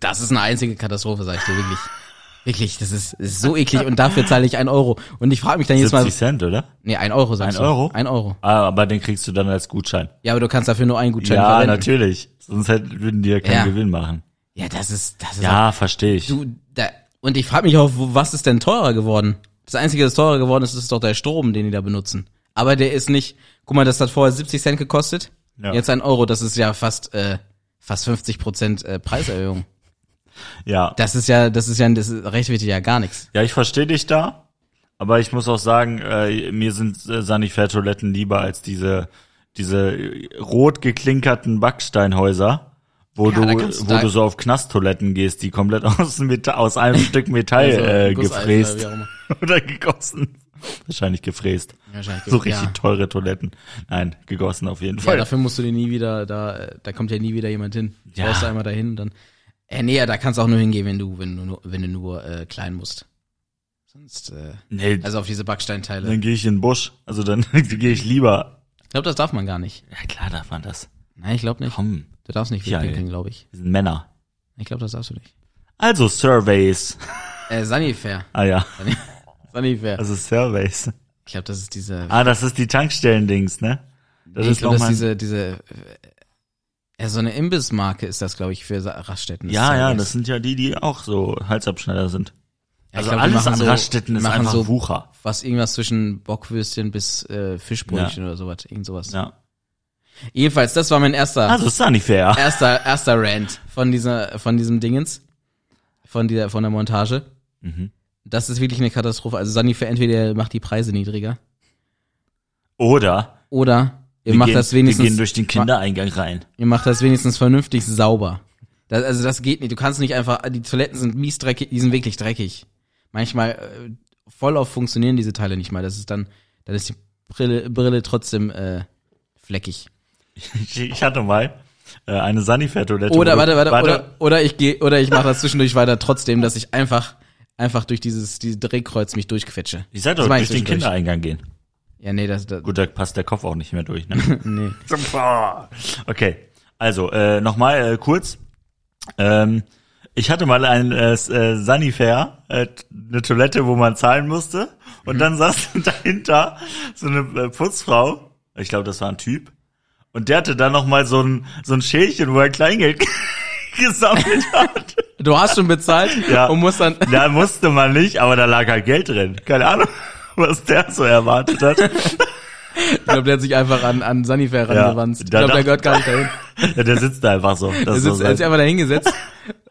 S2: Das ist eine einzige Katastrophe, sag ich dir wirklich. Wirklich, das ist, das ist so eklig und dafür zahle ich ein Euro. Und ich frage mich dann jedes
S1: 70
S2: Mal,
S1: Cent, oder?
S2: nee, ein Euro sagst
S1: Ein
S2: du.
S1: Euro?
S2: Ein Euro.
S1: Ah, aber den kriegst du dann als Gutschein.
S2: Ja, aber du kannst dafür nur einen Gutschein
S1: ja,
S2: verwenden.
S1: natürlich. Sonst hätten, würden die ja keinen
S2: Ja.
S1: Gewinn machen.
S2: Ja, das ist, das ist
S1: Ja, verstehe ich.
S2: Du, da, und ich frage mich auch, wo, was ist denn teurer geworden? Das Einzige, das teurer geworden ist, ist doch der Strom, den die da benutzen. Aber der ist nicht, guck mal, das hat vorher 70 Cent gekostet,
S1: Ja.
S2: jetzt ein Euro, das ist ja fast, äh, fast 50 Prozent äh, Preiserhöhung.
S1: ja.
S2: Das ist ja, das ist ja, das ist recht wichtig, ja gar nichts.
S1: Ja, ich verstehe dich da, aber ich muss auch sagen, äh, mir sind äh, Sanitärtoiletten lieber als diese diese äh, rot geklinkerten Backsteinhäuser, wo
S2: Ja, da
S1: du
S2: kannst du
S1: wo
S2: da-
S1: du so auf Knasttoiletten gehst, die komplett aus Meta aus einem Stück Metall
S2: Also,
S1: äh,
S2: Gusseisen
S1: gefräst
S2: oder wie auch immer.
S1: oder gegossen. Wahrscheinlich gefräst.
S2: Wahrscheinlich
S1: So
S2: ge-
S1: richtig
S2: ja.
S1: teure Toiletten. Nein, gegossen auf jeden
S2: Ja,
S1: Fall.
S2: dafür musst du dir nie wieder, da, äh, da kommt ja nie wieder jemand hin. Du
S1: Ja.
S2: brauchst da einmal dahin und dann. Äh, nee, ja, da kannst du auch nur hingehen, wenn du, wenn du nur, wenn du nur äh, klein musst. Sonst, äh,
S1: nee,
S2: also auf diese Backsteinteile.
S1: dann gehe ich in den Busch. Also dann gehe ich lieber.
S2: Ich glaube, das darf man gar nicht.
S1: Ja klar darf man das.
S2: Nein, ich glaube nicht.
S1: Komm,
S2: Du darfst nicht
S1: Ja,
S2: pinkeln,
S1: ey.
S2: glaube ich.
S1: wir sind Männer.
S2: Ich glaube, das darfst du nicht.
S1: Also Surveys.
S2: Äh, Sanifair.
S1: Ah ja.
S2: Sanifair.
S1: Also Surveys.
S2: Ich glaube, das ist diese.
S1: Ah, das ist die Tankstellen-Dings, ne? Das
S2: Nee, ich
S1: ist
S2: glaube, das
S1: nochmal.
S2: ist diese, diese. Äh, so eine Imbissmarke ist das, glaube ich, für Sa- Raststätten.
S1: ja, ja,
S2: Sanifair.
S1: das sind ja die, die auch so Halsabschneider sind.
S2: Ja, ich
S1: also
S2: glaub, die
S1: alles
S2: machen
S1: an
S2: so-
S1: Raststätten
S2: die
S1: ist
S2: machen
S1: einfach
S2: so
S1: Wucher.
S2: Was irgendwas zwischen Bockwürstchen bis äh, Fischbrötchen oder sowas. Irgend sowas.
S1: Ja.
S2: Jedenfalls, das war mein erster,
S1: Also ist da nicht fair.
S2: erster, erster Rant von dieser, von diesem Dingens. Von dieser, von der Montage.
S1: Mhm.
S2: Das ist wirklich eine Katastrophe. Also Sanifair entweder macht die Preise niedriger
S1: Oder
S2: oder ihr
S1: wir
S2: macht
S1: gehen,
S2: das wenigstens.
S1: wir gehen durch den Kindereingang rein.
S2: Ihr macht das wenigstens vernünftig sauber. Das, also das geht nicht. Du kannst nicht einfach, die Toiletten sind mies dreckig, die sind wirklich dreckig. Manchmal äh, voll auf funktionieren diese Teile nicht mal. Das ist dann, dann ist die Brille, Brille trotzdem äh, fleckig.
S1: Ich, ich hatte mal äh, eine Sanifair-Toilette.
S2: Oder
S1: wo-
S2: warte, warte, oder, oder ich gehe, oder ich mache das zwischendurch weiter trotzdem, dass ich einfach, einfach durch dieses, dieses Drehkreuz mich durchquetsche.
S1: Ich sag
S2: Das
S1: doch,
S2: mach
S1: durch den
S2: zwischendurch.
S1: Kindereingang gehen.
S2: Ja, nee, das, das
S1: Gut, da passt der Kopf auch nicht mehr durch, ne?
S2: nee.
S1: Boah. okay, also äh, nochmal äh, kurz. Ähm, ich hatte mal ein äh, S- äh, Sanifair, äh, t- eine Toilette, wo man zahlen musste.
S2: Mhm.
S1: Und dann saß dahinter so eine äh, Putzfrau. Ich glaube, das war ein Typ. Und der hatte dann nochmal so ein, so ein Schälchen, wo er Kleingeld gesammelt hat.
S2: Du hast schon bezahlt
S1: Ja.
S2: und musst dann.
S1: Da musste man nicht, aber da lag halt Geld drin. Keine Ahnung, was der so erwartet hat.
S2: Ich glaube, der hat sich einfach an, an Sanifair rangewanzt. Ich
S1: da
S2: glaube, der
S1: dacht-
S2: gehört gar nicht dahin.
S1: Ja, der sitzt da einfach so. Das
S2: Er
S1: ist so
S2: sitzt, er
S1: sein-
S2: ist einfach da hingesetzt,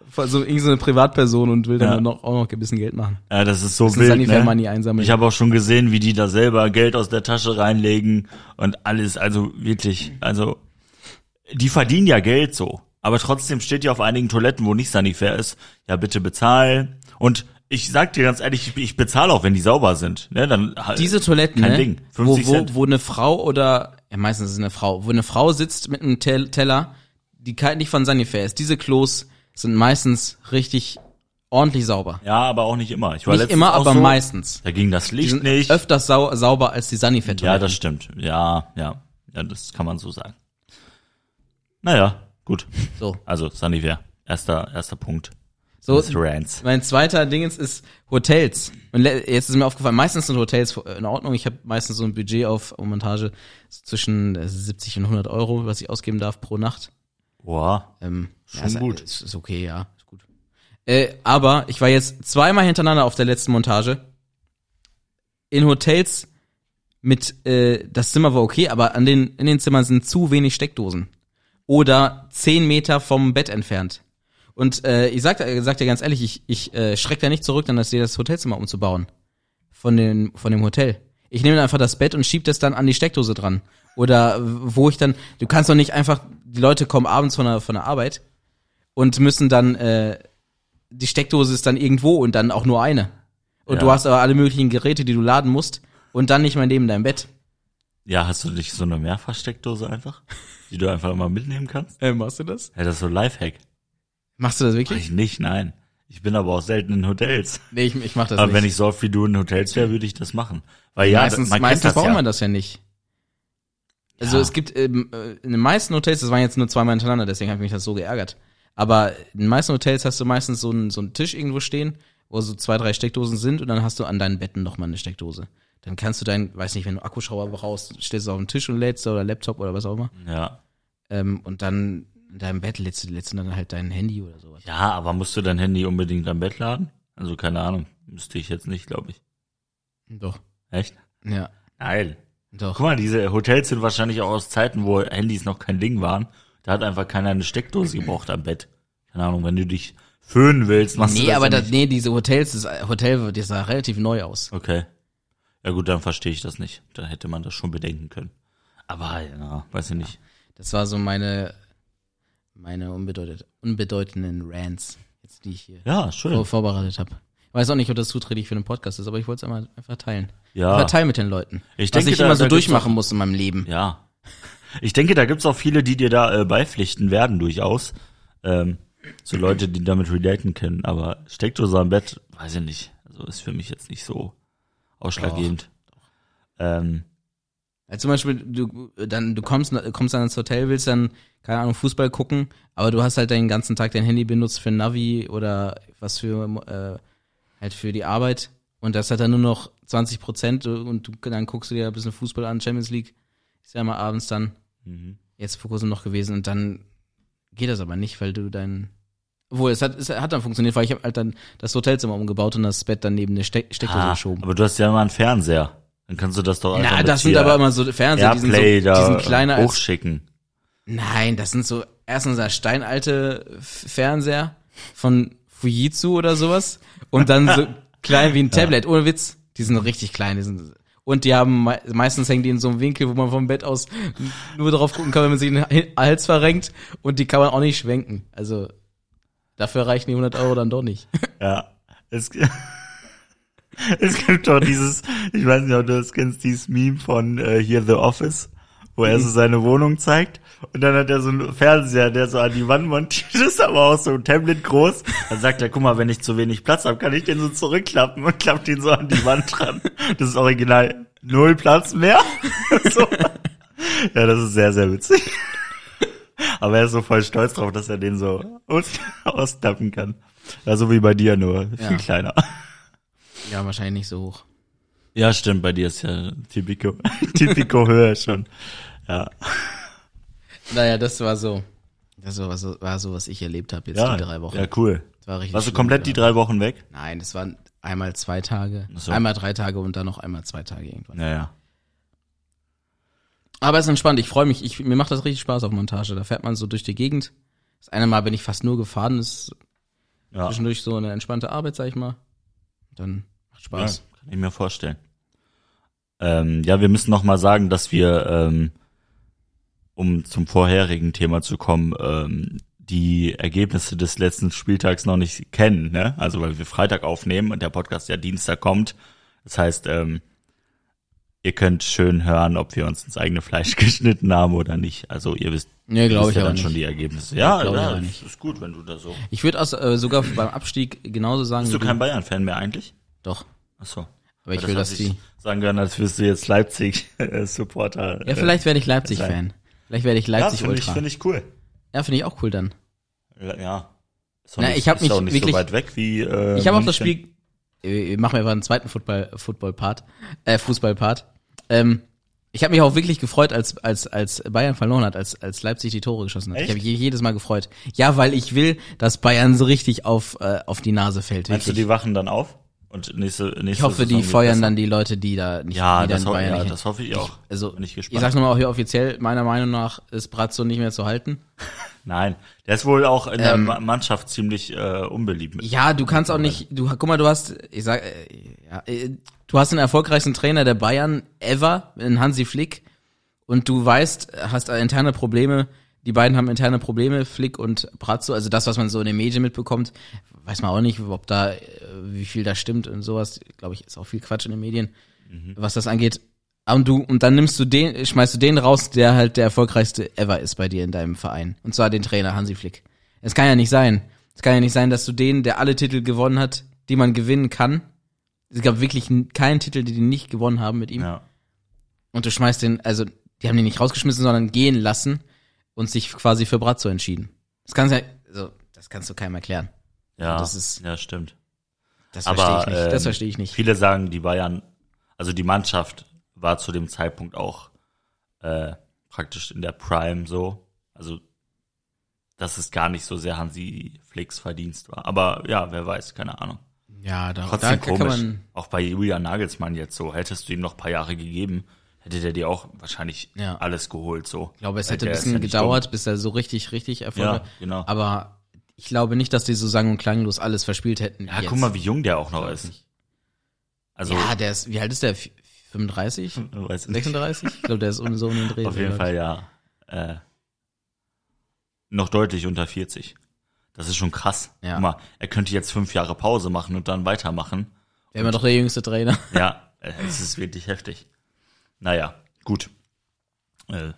S2: vor so, irgend so eine Privatperson und will dann
S1: Ja.
S2: noch, auch noch ein bisschen Geld machen.
S1: Ja, das ist so
S2: Bisschen
S1: wild.
S2: Sunnyfair
S1: Ne?
S2: Money einsammeln.
S1: Ich habe auch schon gesehen, wie die da selber Geld aus der Tasche reinlegen und alles. Also wirklich, also die verdienen ja Geld so. Aber trotzdem steht ja auf einigen Toiletten, wo nicht Sunnyfair ist, ja bitte bezahl. Und ich sag dir ganz ehrlich, ich- ich bezahle auch, wenn die sauber sind. Ne? Dann halt-
S2: Diese Toiletten,
S1: Kein
S2: ne,
S1: Ding.
S2: wo,
S1: 50
S2: wo,
S1: Cent.
S2: wo eine Frau oder, ja, meistens ist es eine Frau, wo eine Frau sitzt mit einem Tel- Teller, die kein- nicht von Sanifair ist. Diese Klos sind meistens richtig ordentlich sauber.
S1: Ja, aber auch nicht immer. Ich war
S2: Nicht
S1: letztens
S2: immer,
S1: auch
S2: aber
S1: so,
S2: meistens.
S1: Da ging das
S2: Die
S1: Licht
S2: sind
S1: nicht.
S2: öfters sau sauber als die Sanifair-Toiletten.
S1: Ja, das stimmt. Ja, ja. Ja, das kann man so sagen. Naja, gut.
S2: so.
S1: Also, Sanifair. Erster, erster Punkt.
S2: So,
S1: des Rants.
S2: Mein zweiter Dingens ist Hotels. Und le- jetzt ist mir aufgefallen, meistens sind Hotels in Ordnung. Ich habe meistens so ein Budget auf Montage zwischen äh, 70 und 100 Euro, was ich ausgeben darf pro Nacht.
S1: Boah.
S2: Ähm,
S1: Schon
S2: ist,
S1: gut.
S2: Ist, ist okay, ja, ist gut. Äh, aber ich war jetzt zweimal hintereinander auf der letzten Montage in Hotels mit äh, das Zimmer war okay, aber an den in den Zimmern sind zu wenig Steckdosen oder 10 Meter vom Bett entfernt. Und äh, ich sag, äh, sag dir ganz ehrlich, ich, ich äh, schreck da nicht zurück, dann das, das Hotelzimmer umzubauen von dem, von dem Hotel. Ich nehme einfach das Bett und schieb das dann an die Steckdose dran. Oder wo ich dann, du kannst doch nicht einfach, die Leute kommen abends von der, von der Arbeit und müssen dann, äh, die Steckdose ist dann irgendwo und dann auch nur eine. Und
S1: Ja.
S2: du hast aber alle möglichen Geräte, die du laden musst und dann nicht mehr neben deinem Bett.
S1: Ja, hast du nicht so eine Mehrfachsteckdose einfach? Die du einfach immer mitnehmen kannst?
S2: Äh, machst du das?
S1: Ja, das ist so ein Lifehack.
S2: Machst du das
S1: Mach
S2: wirklich?
S1: ich nicht, nein. Ich bin aber auch selten in Hotels.
S2: Nee, ich, ich mach das
S1: aber
S2: nicht.
S1: wenn ich so oft wie du in Hotels wäre, würde ich das machen. Weil ja,
S2: meistens
S1: man kennt
S2: meistens
S1: das
S2: braucht
S1: ja.
S2: man das ja nicht. Also
S1: Ja.
S2: es gibt ähm, äh, in den meisten Hotels, das waren jetzt nur zweimal hintereinander, deswegen habe ich mich das so geärgert. Aber in den meisten Hotels hast du meistens so einen, so einen Tisch irgendwo stehen, wo so zwei, drei Steckdosen sind und dann hast du an deinen Betten nochmal eine Steckdose. Dann kannst du deinen, weiß nicht, wenn du Akkuschrauber brauchst, stellst du auf den Tisch und lädst oder Laptop oder was auch immer.
S1: Ja.
S2: Ähm, und dann in deinem Bett lädst du, lädst du dann halt dein Handy oder sowas.
S1: ja, aber musst du dein Handy unbedingt am Bett laden? Also keine Ahnung. Müsste ich jetzt nicht, glaube ich.
S2: Doch.
S1: Echt?
S2: Ja,
S1: Nein.
S2: doch.
S1: Guck mal, diese Hotels sind wahrscheinlich auch aus Zeiten, wo Handys noch kein Ding waren. Da hat einfach keiner eine Steckdose gebraucht am Bett. Keine Ahnung, wenn du dich föhnen willst, machst du
S2: Nee,
S1: das
S2: aber
S1: ja
S2: das,
S1: nicht.
S2: nee, diese Hotels, das Hotel, das sah relativ neu aus.
S1: Okay. Ja gut, dann verstehe ich das nicht. Da hätte man das schon bedenken können. Aber ja, weiß ich nicht.
S2: Das war so meine, meine unbedeutet, unbedeutenden Rants, jetzt die ich hier
S1: Ja, schön.
S2: vor, vorbereitet habe. Ich weiß auch nicht, ob das zuträglich für den Podcast ist, aber ich wollte es einmal einfach teilen.
S1: Ja.
S2: Einfach teilen mit den Leuten.
S1: Ah. Ich
S2: was
S1: denke,
S2: ich
S1: da-
S2: immer so
S1: da gibt's
S2: durchmachen muss in meinem Leben.
S1: Ja. Ich denke, da gibt's auch viele, die dir da äh, beipflichten werden, durchaus. Ähm, so Leute, die damit relaten können. Aber Steckdose am Bett, weiß ich nicht. Also ist für mich jetzt nicht so ausschlaggebend. Ähm,
S2: Also zum Beispiel, du, dann, du kommst, kommst dann ins Hotel, willst dann, keine Ahnung, Fußball gucken, aber du hast halt den ganzen Tag dein Handy benutzt für Navi oder was für, äh, halt für die Arbeit. Und das hat dann nur noch 20 Prozent und du, dann guckst du dir ein bisschen Fußball an, Champions League. Ist ja mal abends dann.
S1: mhm.
S2: jetzt vor kurzem noch gewesen und dann geht das aber nicht, weil du dein obwohl, es hat, es hat dann funktioniert, weil ich habe halt dann das Hotelzimmer umgebaut und das Bett dann neben eine Steck Steckdose
S1: Ah,
S2: geschoben.
S1: aber du hast ja immer einen Fernseher. Dann kannst du das doch einfach
S2: Na,
S1: mit
S2: das sind
S1: hier
S2: aber immer so Fernseher, die sind, so,
S1: Airplay
S2: die
S1: da
S2: sind kleiner als
S1: hochschicken.
S2: Nein, das sind so erstens der steinalte F- Fernseher von Fujitsu oder sowas und dann so klein wie ein Tablet. Ohne Witz, die sind richtig klein. Die sind und die haben mei- meistens hängen die in so einem Winkel, wo man vom Bett aus n- nur drauf gucken kann, wenn man sich den H- Hals verrenkt und die kann man auch nicht schwenken. Also dafür reichen die 100 Euro dann doch nicht.
S1: Ja. Es, es gibt doch dieses, ich weiß nicht, ob du das kennst, dieses Meme von äh, hier The Office, wo er so seine Wohnung zeigt und dann hat er so einen Fernseher, der so an die Wand montiert ist, aber auch so ein Tablet groß. Dann sagt er, guck mal, wenn ich zu wenig Platz habe, kann ich den so zurückklappen und klappt ihn so an die Wand dran. Das ist original null Platz mehr. so. Ja, das ist sehr, sehr witzig. Aber er ist so voll stolz drauf, dass er den so aus ausklappen kann. Ja, so wie bei dir nur, viel
S2: Ja.
S1: kleiner.
S2: Ja, wahrscheinlich nicht so hoch.
S1: Ja, stimmt, bei dir ist ja typico, typico höher schon. Ja,
S2: Naja, das war so. Das war so, war so was ich erlebt habe jetzt
S1: ja,
S2: die drei Wochen.
S1: ja, cool.
S2: Das war richtig
S1: Warst du
S2: schlimm,
S1: komplett
S2: ja.
S1: die drei Wochen weg?
S2: Nein, das waren einmal zwei Tage,
S1: Ach so.
S2: einmal drei Tage und dann noch einmal zwei Tage irgendwann.
S1: Naja.
S2: Aber es ist entspannt, ich freue mich. Ich, mir macht das richtig Spaß auf Montage. Da fährt man so durch die Gegend. Das eine Mal bin ich fast nur gefahren, das ist
S1: Ja. ja,
S2: zwischendurch so eine entspannte Arbeit, sag ich mal. Dann macht
S1: kann
S2: Spaß.
S1: ich mir vorstellen. Ähm, ja, wir müssen noch mal sagen, dass wir, ähm, um zum vorherigen Thema zu kommen, ähm, die Ergebnisse des letzten Spieltags noch nicht kennen. Ne? Also weil wir Freitag aufnehmen und der Podcast ja Dienstag kommt. Das heißt, ähm, ihr könnt schön hören, ob wir uns ins eigene Fleisch geschnitten haben oder nicht. Also ihr wisst,
S2: Nee, glaube
S1: wisst
S2: ich
S1: ja
S2: aber
S1: dann
S2: nicht.
S1: schon die Ergebnisse. Ja,
S2: glaub ich
S1: ja
S2: aber
S1: ist,
S2: nicht.
S1: ist gut, wenn du da so.
S2: Ich würde äh, sogar beim Abstieg genauso sagen.
S1: Bist du
S2: wie
S1: kein Bayern-Fan mehr eigentlich?
S2: Doch.
S1: Ach so.
S2: Aber ich
S1: Ja,
S2: will,
S1: das
S2: dass
S1: hat sich
S2: die.
S1: sagen können, als wirst du jetzt äh, Leipzig-Supporter.
S2: Ja, vielleicht werde ich Leipzig-Fan. Vielleicht werde ich
S1: Äh, Ja,
S2: Leipzig
S1: finde ich,
S2: Ultra.
S1: finde ich cool.
S2: Ja, finde ich auch cool dann.
S1: Ja. Ist
S2: Na, ich hab
S1: ist
S2: mich
S1: auch nicht
S2: wirklich-
S1: so weit weg wie. Äh,
S2: Ich habe auch das
S1: München.
S2: Spiel. Äh, Machen wir aber einen zweiten Football, Football-Part, äh, Fußball-Part. Ähm, ich habe mich auch wirklich gefreut, als als als Bayern verloren hat, als als Leipzig die Tore geschossen hat.
S1: Echt?
S2: Ich habe mich jedes Mal gefreut. Ja, weil ich will, dass Bayern so richtig auf äh, auf die Nase fällt.
S1: Meinst du,
S2: wirklich.
S1: die wachen dann auf? Und nächste, nächste
S2: ich hoffe,
S1: Saison
S2: die
S1: wird
S2: feuern
S1: besser.
S2: dann die Leute, die da nicht
S1: Ja,
S2: die
S1: das,
S2: dann
S1: ho
S2: Bayern
S1: ja
S2: nicht-
S1: das hoffe ich auch.
S2: Also,
S1: bin ich
S2: ich
S1: gespannt.
S2: sag's nochmal auch hier offiziell, meiner Meinung nach ist Bratzo nicht mehr zu halten.
S1: Nein, der ist wohl auch in der
S2: Ähm,
S1: Ma- Mannschaft ziemlich äh, unbeliebt. mit-
S2: Ja, du kannst auch nicht, du, guck mal, du hast, ich sag, äh, ja, äh, du hast den erfolgreichsten Trainer der Bayern ever, in Hansi Flick, und du weißt, hast interne Probleme, die beiden haben interne Probleme, Flick und Bratzo, also das, was man so in den Medien mitbekommt, weiß man auch nicht, ob da, äh, wie viel da stimmt und sowas, glaube ich, ist auch viel Quatsch in den Medien, was das angeht. Und du, und dann nimmst du den, schmeißt du den raus, der halt der erfolgreichste ever ist bei dir in deinem Verein. Und zwar den Trainer Hansi Flick. Es kann ja nicht sein. Es kann ja nicht sein, dass du den, der alle Titel gewonnen hat, die man gewinnen kann. Es gab wirklich n- keinen Titel, die die nicht gewonnen haben mit ihm.
S1: Ja.
S2: Und du schmeißt den, also die haben den nicht rausgeschmissen, sondern gehen lassen und sich quasi für Bratzo entschieden. Das kannst ja, also, das kannst du keinem erklären.
S1: Ja,
S2: das ist-
S1: ja, stimmt.
S2: Das
S1: Aber,
S2: verstehe ich nicht.
S1: ähm,
S2: das verstehe ich nicht.
S1: Viele sagen, die Bayern, also die Mannschaft war zu dem Zeitpunkt auch äh, praktisch in der Prime so. Also, dass es gar nicht so sehr Hansi Flicks Verdienst war. Aber ja, wer weiß, keine Ahnung.
S2: Ja, da,
S1: Trotzdem komisch. auch bei Julian Nagelsmann jetzt so. Hättest du ihm noch ein paar Jahre gegeben, hätte der dir auch wahrscheinlich
S2: Ja.
S1: alles geholt so.
S2: Ich glaube, es
S1: Weil
S2: hätte ein
S1: der ist
S2: bisschen
S1: ja nicht dumm.
S2: gedauert, bis er so richtig, richtig erfolgreich
S1: Ja, genau.
S2: Aber ich glaube nicht, dass die so sang- und klanglos alles verspielt hätten.
S1: Ja, guck mal, wie jung der auch noch ist. Also,
S2: Ja, der ist, wie alt ist der? F- 35?
S1: weiß nicht.
S2: 36? Ich glaube, der ist um so einen Dreh.
S1: Auf jeden Fall, ja. Äh, noch deutlich unter 40. Das ist schon krass.
S2: Ja.
S1: Guck mal, er könnte jetzt fünf Jahre Pause machen und dann weitermachen.
S2: Wäre immer doch der jüngste Trainer.
S1: Ja, äh, es ist wirklich heftig. Naja, gut. Äh,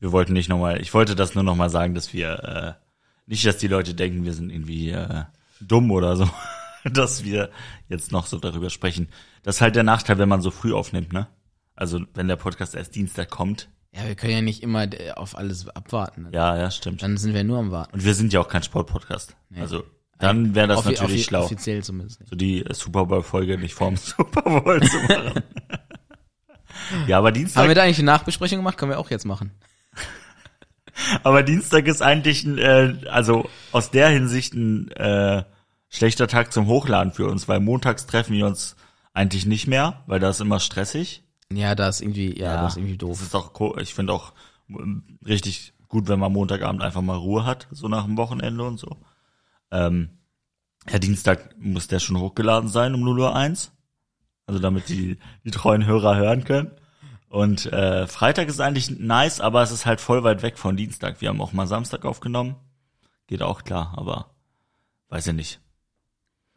S1: wir wollten nicht nochmal, ich wollte das nur nochmal sagen, dass wir, äh, nicht, dass die Leute denken, wir sind irgendwie äh, dumm oder so, dass wir jetzt noch so darüber sprechen. Das ist halt der Nachteil, wenn man so früh aufnimmt, ne? Also wenn der Podcast erst Dienstag kommt.
S2: Ja, wir können ja nicht immer äh, auf alles abwarten.
S1: Ja, ja, stimmt.
S2: Dann sind wir nur am Warten.
S1: Und wir sind ja auch kein Sportpodcast. Also dann wäre das
S2: Offi-
S1: natürlich
S2: offi-
S1: schlau.
S2: Offiziell zumindest nicht.
S1: so die äh, Super Bowl-Folge nicht vorm Super Bowl zu machen. ja, aber
S2: Haben wir
S1: Dienstag,
S2: da eigentlich eine Nachbesprechung gemacht? Können wir auch jetzt machen.
S1: aber Dienstag ist eigentlich ein, äh, also aus der Hinsicht ein äh, schlechter Tag zum Hochladen für uns, weil montags treffen wir uns eigentlich nicht mehr, weil da ist immer stressig.
S2: Ja, das ist irgendwie, ja, das ist irgendwie
S1: Das
S2: doof.
S1: ist auch, ko- ich finde auch ähm, richtig gut, wenn man Montagabend einfach mal Ruhe hat, so nach dem Wochenende und so. Ähm, ja, Dienstag muss der schon hochgeladen sein um 0 Uhr 1. Also damit die, die treuen Hörer hören können. Und äh, Freitag ist eigentlich nice, aber es ist halt voll weit weg von Dienstag. Wir haben auch mal Samstag aufgenommen. Geht auch klar, aber weiß ja nicht.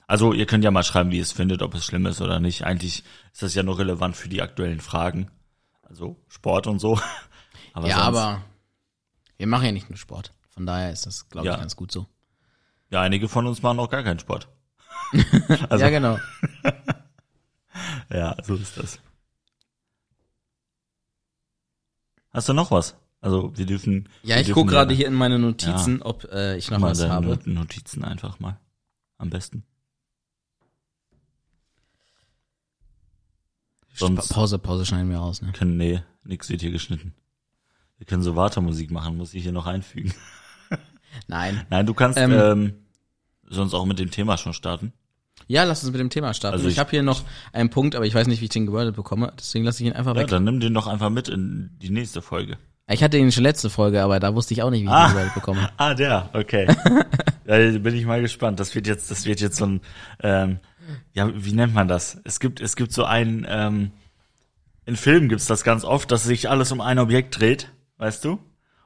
S1: Also ihr könnt ja mal schreiben, wie ihr es findet, ob es schlimm ist oder nicht. Eigentlich ist das ja nur relevant für die aktuellen Fragen. Also Sport und so. Aber
S2: ja,
S1: sonst-
S2: aber wir machen ja nicht nur Sport. Von daher ist das, glaube
S1: Ja.
S2: ich, ganz gut so.
S1: Ja, einige von uns machen auch gar keinen Sport. Also-
S2: ja, genau.
S1: Ja, so ist das. Hast du noch was? Also wir dürfen.
S2: Ja,
S1: wir
S2: ich
S1: dürfen
S2: guck gerade hier in meine Notizen, ob äh, ich noch
S1: mal ne?
S2: was
S1: deine
S2: habe.
S1: Not- Notizen einfach mal. Am besten. Sonst-
S2: Pa- Pause, Pause schneiden wir raus. Ne?
S1: Wir können, nee, nix wird hier geschnitten. Wir können so Wartemusik machen, muss ich hier noch einfügen.
S2: Nein.
S1: Nein, du kannst ähm,
S2: Ähm.
S1: sonst auch mit dem Thema schon starten.
S2: Ja, lass uns mit dem Thema starten.
S1: Also
S2: ich
S1: ich-
S2: habe hier noch einen Punkt, aber ich weiß nicht, wie ich den gewordet bekomme. Deswegen lasse ich ihn einfach
S1: Ja,
S2: weg.
S1: dann nimm den doch einfach mit in die nächste Folge.
S2: Ich hatte ihn schon letzte Folge, aber da wusste ich auch nicht, wie ich
S1: Ah.
S2: ihn gewordet bekomme.
S1: Ah, der, okay. da bin ich mal gespannt. Das wird jetzt, das wird jetzt so ein, ähm, ja, wie nennt man das? Es gibt, es gibt so einen, ähm, in Filmen gibt's das ganz oft, dass sich alles um ein Objekt dreht, weißt du?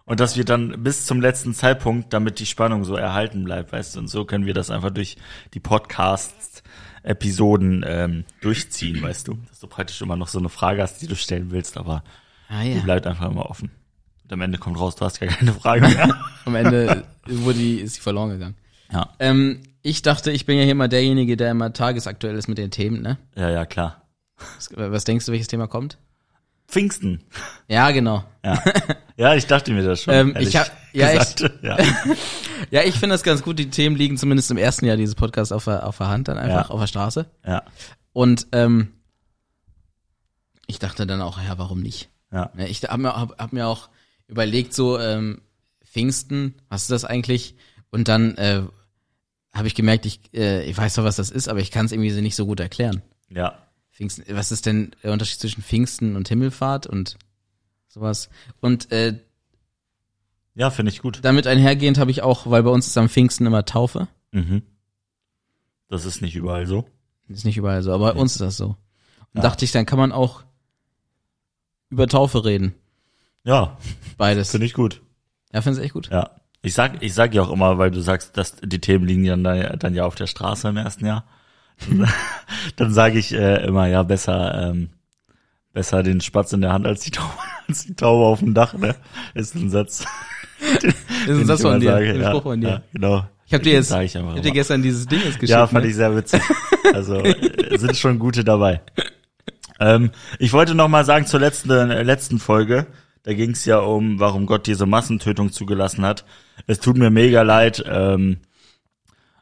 S1: Und dass wir dann bis zum letzten Zeitpunkt, damit die Spannung so erhalten bleibt, weißt du? Und so können wir das einfach durch die Podcasts Episoden ähm, durchziehen, weißt du? Dass du praktisch immer noch so eine Frage hast, die du stellen willst, aber
S2: Ah
S1: die
S2: ja.
S1: bleibt einfach immer offen. Und am Ende kommt raus, du hast gar keine Frage mehr.
S2: Am Ende wurde die, ist sie verloren gegangen.
S1: ja.
S2: Ähm, ich dachte, ich bin ja hier immer derjenige, der immer tagesaktuell ist mit den Themen, ne?
S1: ja, ja, klar.
S2: Was, was denkst du, welches Thema kommt?
S1: Pfingsten.
S2: Ja, genau.
S1: Ja. ja, ich dachte mir das schon.
S2: Ähm,
S1: ehrlich
S2: ich hab- ja, ich-
S1: gesagt. ja.
S2: Ja, ich finde das ganz gut. Die Themen liegen zumindest im ersten Jahr dieses Podcasts auf der, auf der Hand, dann einfach
S1: Ja.
S2: auf der Straße.
S1: ja,
S2: Und ähm, ich dachte dann auch, ja, warum nicht?
S1: ja,
S2: Ne, Ich habe mir, hab, hab mir auch überlegt, so ähm, Pfingsten, was ist das eigentlich? Und dann äh, habe ich gemerkt, ich, äh, ich weiß zwar, was das ist, aber ich kann es irgendwie so nicht so gut erklären.
S1: ja.
S2: Pfingsten, was ist denn der Unterschied zwischen Pfingsten und Himmelfahrt und sowas? Und äh,
S1: Ja, finde ich gut.
S2: damit einhergehend habe ich auch, weil bei uns ist am Pfingsten immer Taufe,
S1: Mhm. Das ist nicht überall so.
S2: ist nicht überall so, aber bei uns ist das so. Und
S1: Ja.
S2: dachte ich, dann kann man auch über Taufe reden.
S1: Ja,
S2: Beides.
S1: finde ich gut.
S2: Ja, finde ich echt gut.
S1: Ja. Ich sag, ich sag ja auch immer, weil du sagst, dass die Themen liegen ja dann, dann ja auf der Straße im ersten Jahr. dann sage ich äh, immer, ja, besser, ähm, besser den Spatz in der Hand als die Taube, als die Taube auf dem Dach, ne? Ist ein Satz.
S2: Ist
S1: den
S2: ein Satz
S1: ich immer
S2: von dir,
S1: sage,
S2: ein
S1: ja,
S2: Spruch von dir.
S1: Ja, genau.
S2: Ich habe dir
S1: Den
S2: jetzt,
S1: sag
S2: ich
S1: ich einfach
S2: hab dir
S1: immer.
S2: gestern dieses Ding jetzt geschickt.
S1: Ja, fand
S2: ne?
S1: ich sehr witzig. Also äh, sind schon gute dabei. Ähm, ich wollte noch mal sagen zur letzten, äh, letzten Folge. Da ging es ja um, warum Gott diese Massentötung zugelassen hat. Es tut mir mega leid, ähm,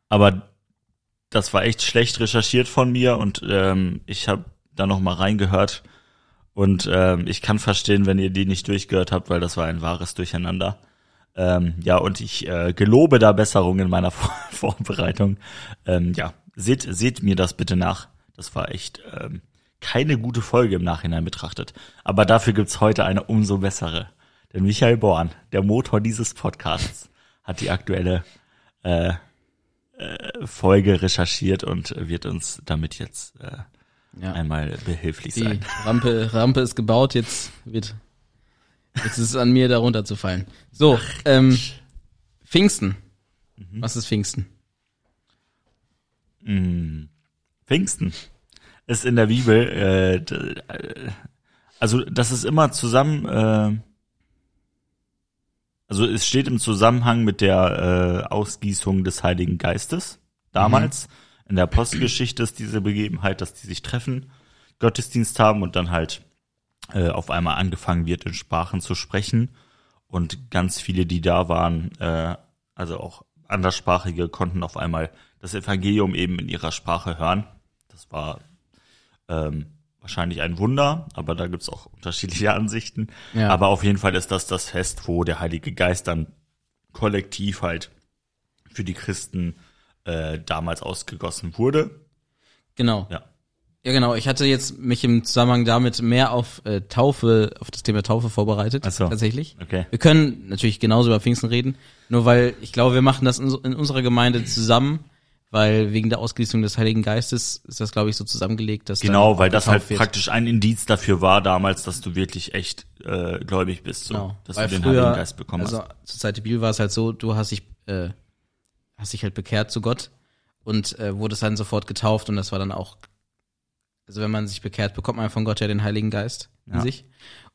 S1: aber das war echt schlecht recherchiert von mir und ähm, ich habe da noch mal reingehört und ähm, ich kann verstehen, wenn ihr die nicht durchgehört habt, weil das war ein wahres Durcheinander. Ähm, ja, und ich äh, gelobe da Besserung in meiner Vor Vorbereitung. Ähm, ja, seht, seht mir das bitte nach. Das war echt ähm, keine gute Folge im Nachhinein betrachtet. Aber dafür gibt's heute eine umso bessere. Denn Michael Born, der Motor dieses Podcasts, hat die aktuelle äh, äh, Folge recherchiert und wird uns damit jetzt äh,
S2: Ja.
S1: einmal behilflich
S2: Die
S1: sein.
S2: Rampe, Rampe ist gebaut, jetzt wird, jetzt ist es an mir, da runterzufallen. So, ähm, Pfingsten.
S1: Mhm.
S2: Was ist Pfingsten?
S1: Pfingsten ist in der Bibel, äh, d- äh, also das ist immer zusammen, äh, also es steht im Zusammenhang mit der äh, Ausgießung des Heiligen Geistes damals. In der Apostelgeschichte ist diese Begebenheit, dass die sich treffen, Gottesdienst haben und dann halt äh, auf einmal angefangen wird, in Sprachen zu sprechen. Und ganz viele, die da waren, äh, also auch Anderssprachige, konnten auf einmal das Evangelium eben in ihrer Sprache hören. Das war ähm, wahrscheinlich ein Wunder, aber da gibt's auch unterschiedliche Ansichten.
S2: Ja.
S1: Aber auf jeden Fall ist das das Fest, wo der Heilige Geist dann kollektiv halt für die Christen äh, damals ausgegossen wurde.
S2: Genau.
S1: Ja.
S2: Ja, genau. Ich hatte jetzt mich im Zusammenhang damit mehr auf äh, Taufe, auf das Thema Taufe vorbereitet.
S1: Ach so.
S2: Tatsächlich.
S1: Okay.
S2: Wir können natürlich genauso über Pfingsten reden, nur weil ich glaube, wir machen das in, in unserer Gemeinde zusammen, weil wegen der Ausgießung des Heiligen Geistes ist das, glaube ich, so zusammengelegt, dass
S1: Genau,
S2: dann
S1: weil das halt
S2: getauft wird.
S1: praktisch ein Indiz dafür war damals, dass du wirklich echt äh, gläubig bist, so,
S2: Genau.
S1: dass
S2: Weil
S1: du den
S2: früher,
S1: Heiligen Geist bekommen
S2: also
S1: hast.
S2: zur Zeit der Bibel war es halt so, du hast dich, äh, hast dich halt bekehrt zu Gott und äh, wurdest dann sofort getauft und das war dann auch, also wenn man sich bekehrt, bekommt man von Gott ja den Heiligen Geist in
S1: Ja.
S2: sich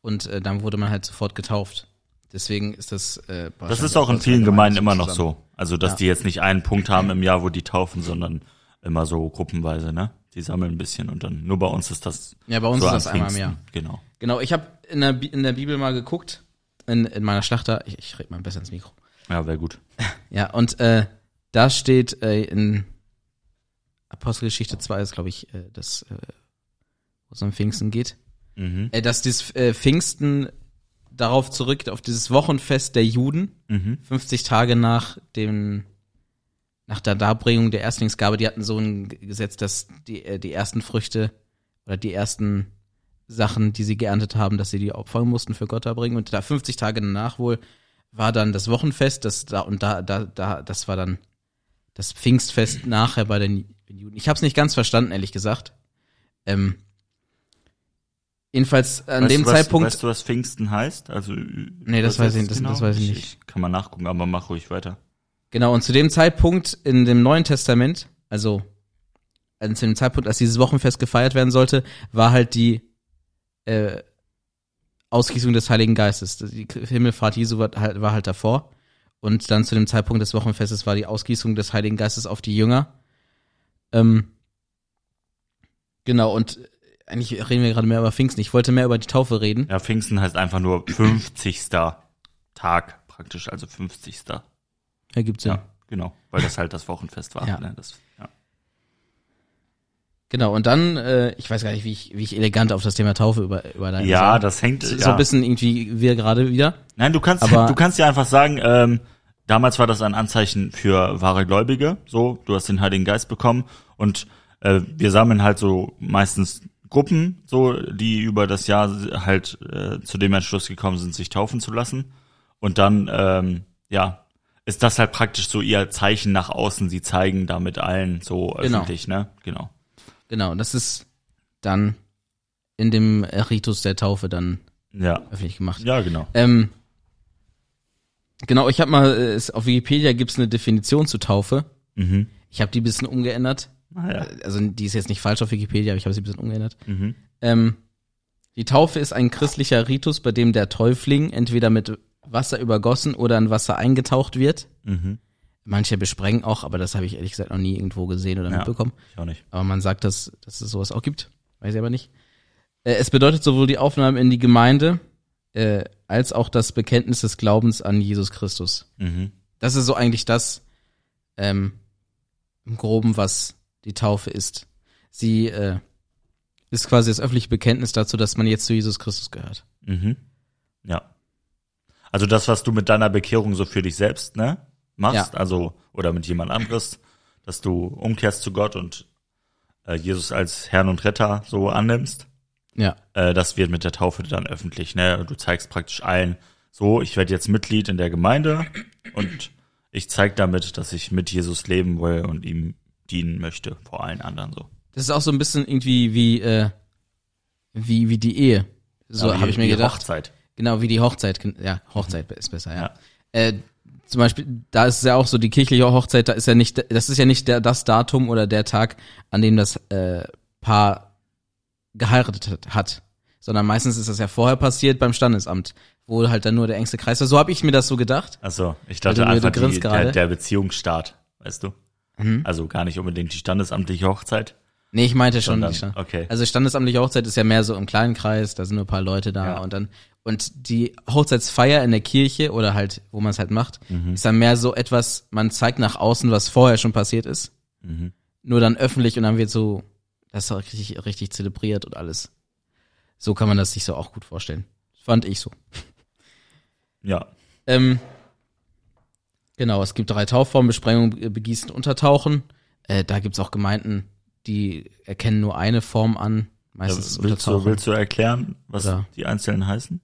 S2: und äh, dann wurde man halt sofort getauft. Deswegen ist das. Äh,
S1: Das ist auch in vielen Gemeinden immer noch so. Also, dass
S2: Ja.
S1: die jetzt nicht einen Punkt haben im Jahr, wo die taufen, sondern immer so gruppenweise, ne? Die sammeln ein bisschen und dann, nur bei uns ist das.
S2: Ja, bei uns
S1: so
S2: ist
S1: am
S2: das einmal im
S1: Pfingsten.
S2: Jahr.
S1: Genau.
S2: Genau, ich habe in der, Bi- in der Bibel mal geguckt, in, in meiner Schlachter, ich, ich rede mal besser ins Mikro.
S1: Ja, wäre gut.
S2: Ja, und äh, da steht äh, in Apostelgeschichte 2 ist, glaube ich, äh, das, äh, wo es um Pfingsten geht,
S1: Mhm.
S2: äh, dass dieses äh, Pfingsten darauf zurück, auf dieses Wochenfest der Juden,
S1: Mhm.
S2: 50 Tage nach dem nach der Darbringung der Erstlingsgabe, die hatten so ein G- Gesetz, dass die, äh, die ersten Früchte oder die ersten Sachen, die sie geerntet haben, dass sie die opfern mussten für Gott darbringen. Und da 50 Tage danach wohl war dann das Wochenfest, das da und da, da, da, das war dann das Pfingstfest nachher bei den Juden. Ich habe es nicht ganz verstanden, ehrlich gesagt. Ähm, jedenfalls an
S1: Weißt
S2: dem
S1: du, was,
S2: Zeitpunkt.
S1: Weißt du, was Pfingsten heißt? Also, nee,
S2: das weiß ich nicht, das- das weiß ich nicht.
S1: genau? Kann man nachgucken, aber mach ruhig weiter.
S2: Genau, und zu dem Zeitpunkt in dem Neuen Testament, also also zu dem Zeitpunkt, als dieses Wochenfest gefeiert werden sollte, war halt die äh, Ausgießung des Heiligen Geistes. Die Himmelfahrt Jesu war halt, war halt davor. Und dann zu dem Zeitpunkt des Wochenfestes war die Ausgießung des Heiligen Geistes auf die Jünger. Ähm, genau, und eigentlich reden wir gerade mehr über Pfingsten. Ich wollte mehr über die Taufe reden.
S1: Ja, Pfingsten heißt einfach nur 50. Tag praktisch, also 50.
S2: Ergibt Sinn.
S1: Ja, genau, weil das halt das Wochenfest war.
S2: Ja.
S1: Ne? Das, ja.
S2: Genau, und dann, äh, ich weiß gar nicht, wie ich, wie ich elegant auf das Thema Taufe über, überleiten
S1: ja,
S2: soll.
S1: das hängt.
S2: also so,
S1: ja.
S2: so ein bisschen irgendwie wir gerade wieder.
S1: Nein, du kannst,
S2: Aber-
S1: du kannst ja einfach sagen, ähm, damals war das ein Anzeichen für wahre Gläubige, so, du hast den Heiligen Geist bekommen und äh, wir sammeln halt so meistens Gruppen, so, die über das Jahr halt äh, zu dem Entschluss gekommen sind, sich taufen zu lassen. Und dann, ähm, ja, ist das halt praktisch so ihr Zeichen nach außen, sie zeigen damit allen so
S2: Genau.
S1: öffentlich, ne? Genau.
S2: Genau, und das ist dann in dem äh, Ritus der Taufe dann
S1: Ja.
S2: öffentlich gemacht.
S1: Ja, genau.
S2: Ähm, genau, ich habe mal, äh, es- auf Wikipedia gibt's eine Definition zu Taufe.
S1: Mhm.
S2: Ich habe die ein bisschen umgeändert.
S1: Naja.
S2: Also die ist jetzt nicht falsch auf Wikipedia, aber ich habe sie ein bisschen umgeändert.
S1: Mhm.
S2: Ähm, die Taufe ist ein christlicher Ritus, bei dem der Täufling entweder mit Wasser übergossen oder in Wasser eingetaucht wird.
S1: Mhm.
S2: Manche besprengen auch, aber das habe ich ehrlich gesagt noch nie irgendwo gesehen oder
S1: Ja.
S2: mitbekommen.
S1: Ich auch nicht.
S2: Aber man sagt, dass, dass es sowas auch gibt. Weiß ich aber nicht. Äh, es bedeutet sowohl die Aufnahme in die Gemeinde äh, als auch das Bekenntnis des Glaubens an Jesus Christus.
S1: Mhm.
S2: Das ist so eigentlich das ähm, im Groben, was die Taufe ist. Sie äh, ist quasi das öffentliche Bekenntnis dazu, dass man jetzt zu Jesus Christus gehört.
S1: Mhm. Ja. Also das, was du mit deiner Bekehrung so für dich selbst, ne, machst,
S2: Ja.
S1: also oder mit jemand anderes, dass du umkehrst zu Gott und äh, Jesus als Herrn und Retter so annimmst,
S2: Ja,
S1: äh, das wird mit der Taufe dann öffentlich, ne? Du zeigst praktisch allen, so, ich werde jetzt Mitglied in der Gemeinde und ich zeige damit, dass ich mit Jesus leben will und ihm dienen möchte, vor allen anderen so.
S2: das ist auch so ein bisschen irgendwie wie äh, wie wie die Ehe. So
S1: Ja, wie-
S2: habe ich mir
S1: wie
S2: gedacht.
S1: Hochzeit.
S2: Genau, wie die Hochzeit. Ja, Hochzeit ist besser, ja.
S1: Ja.
S2: Äh, zum Beispiel, da ist es ja auch so, die kirchliche Hochzeit, da ist ja nicht, das ist ja nicht der, das Datum oder der Tag, an dem das äh, Paar geheiratet hat- hat. Sondern meistens ist das ja vorher passiert beim Standesamt, wo halt dann nur der engste Kreis war. So habe ich mir das so gedacht.
S1: Also, ich
S2: Also,
S1: dachte
S2: du
S1: einfach,
S2: grinst
S1: die,
S2: gerade. Mhm.
S1: der, der Beziehungsstart, weißt du? Also gar nicht unbedingt die standesamtliche Hochzeit.
S2: Nee, ich meinte schon.
S1: Sondern-
S2: die Stand-
S1: okay.
S2: Also standesamtliche Hochzeit ist ja mehr so im kleinen Kreis, da sind nur ein paar Leute da
S1: Ja.
S2: und dann und die Hochzeitsfeier in der Kirche oder halt, wo man es halt macht,
S1: Mhm.
S2: ist dann mehr so etwas, man zeigt nach außen, was vorher schon passiert ist,
S1: Mhm.
S2: nur dann öffentlich und dann wird so das auch richtig richtig zelebriert und alles. So kann man das sich so auch gut vorstellen. Fand ich so.
S1: Ja.
S2: Ähm, genau, es gibt drei Taufformen, Besprengung, äh, Begießen, Untertauchen. Äh, da gibt's auch Gemeinden, die erkennen nur eine Form an. Meistens ist es
S1: äh, willst,
S2: Untertauchen.
S1: du, willst du erklären, was
S2: Oder-
S1: die einzelnen heißen?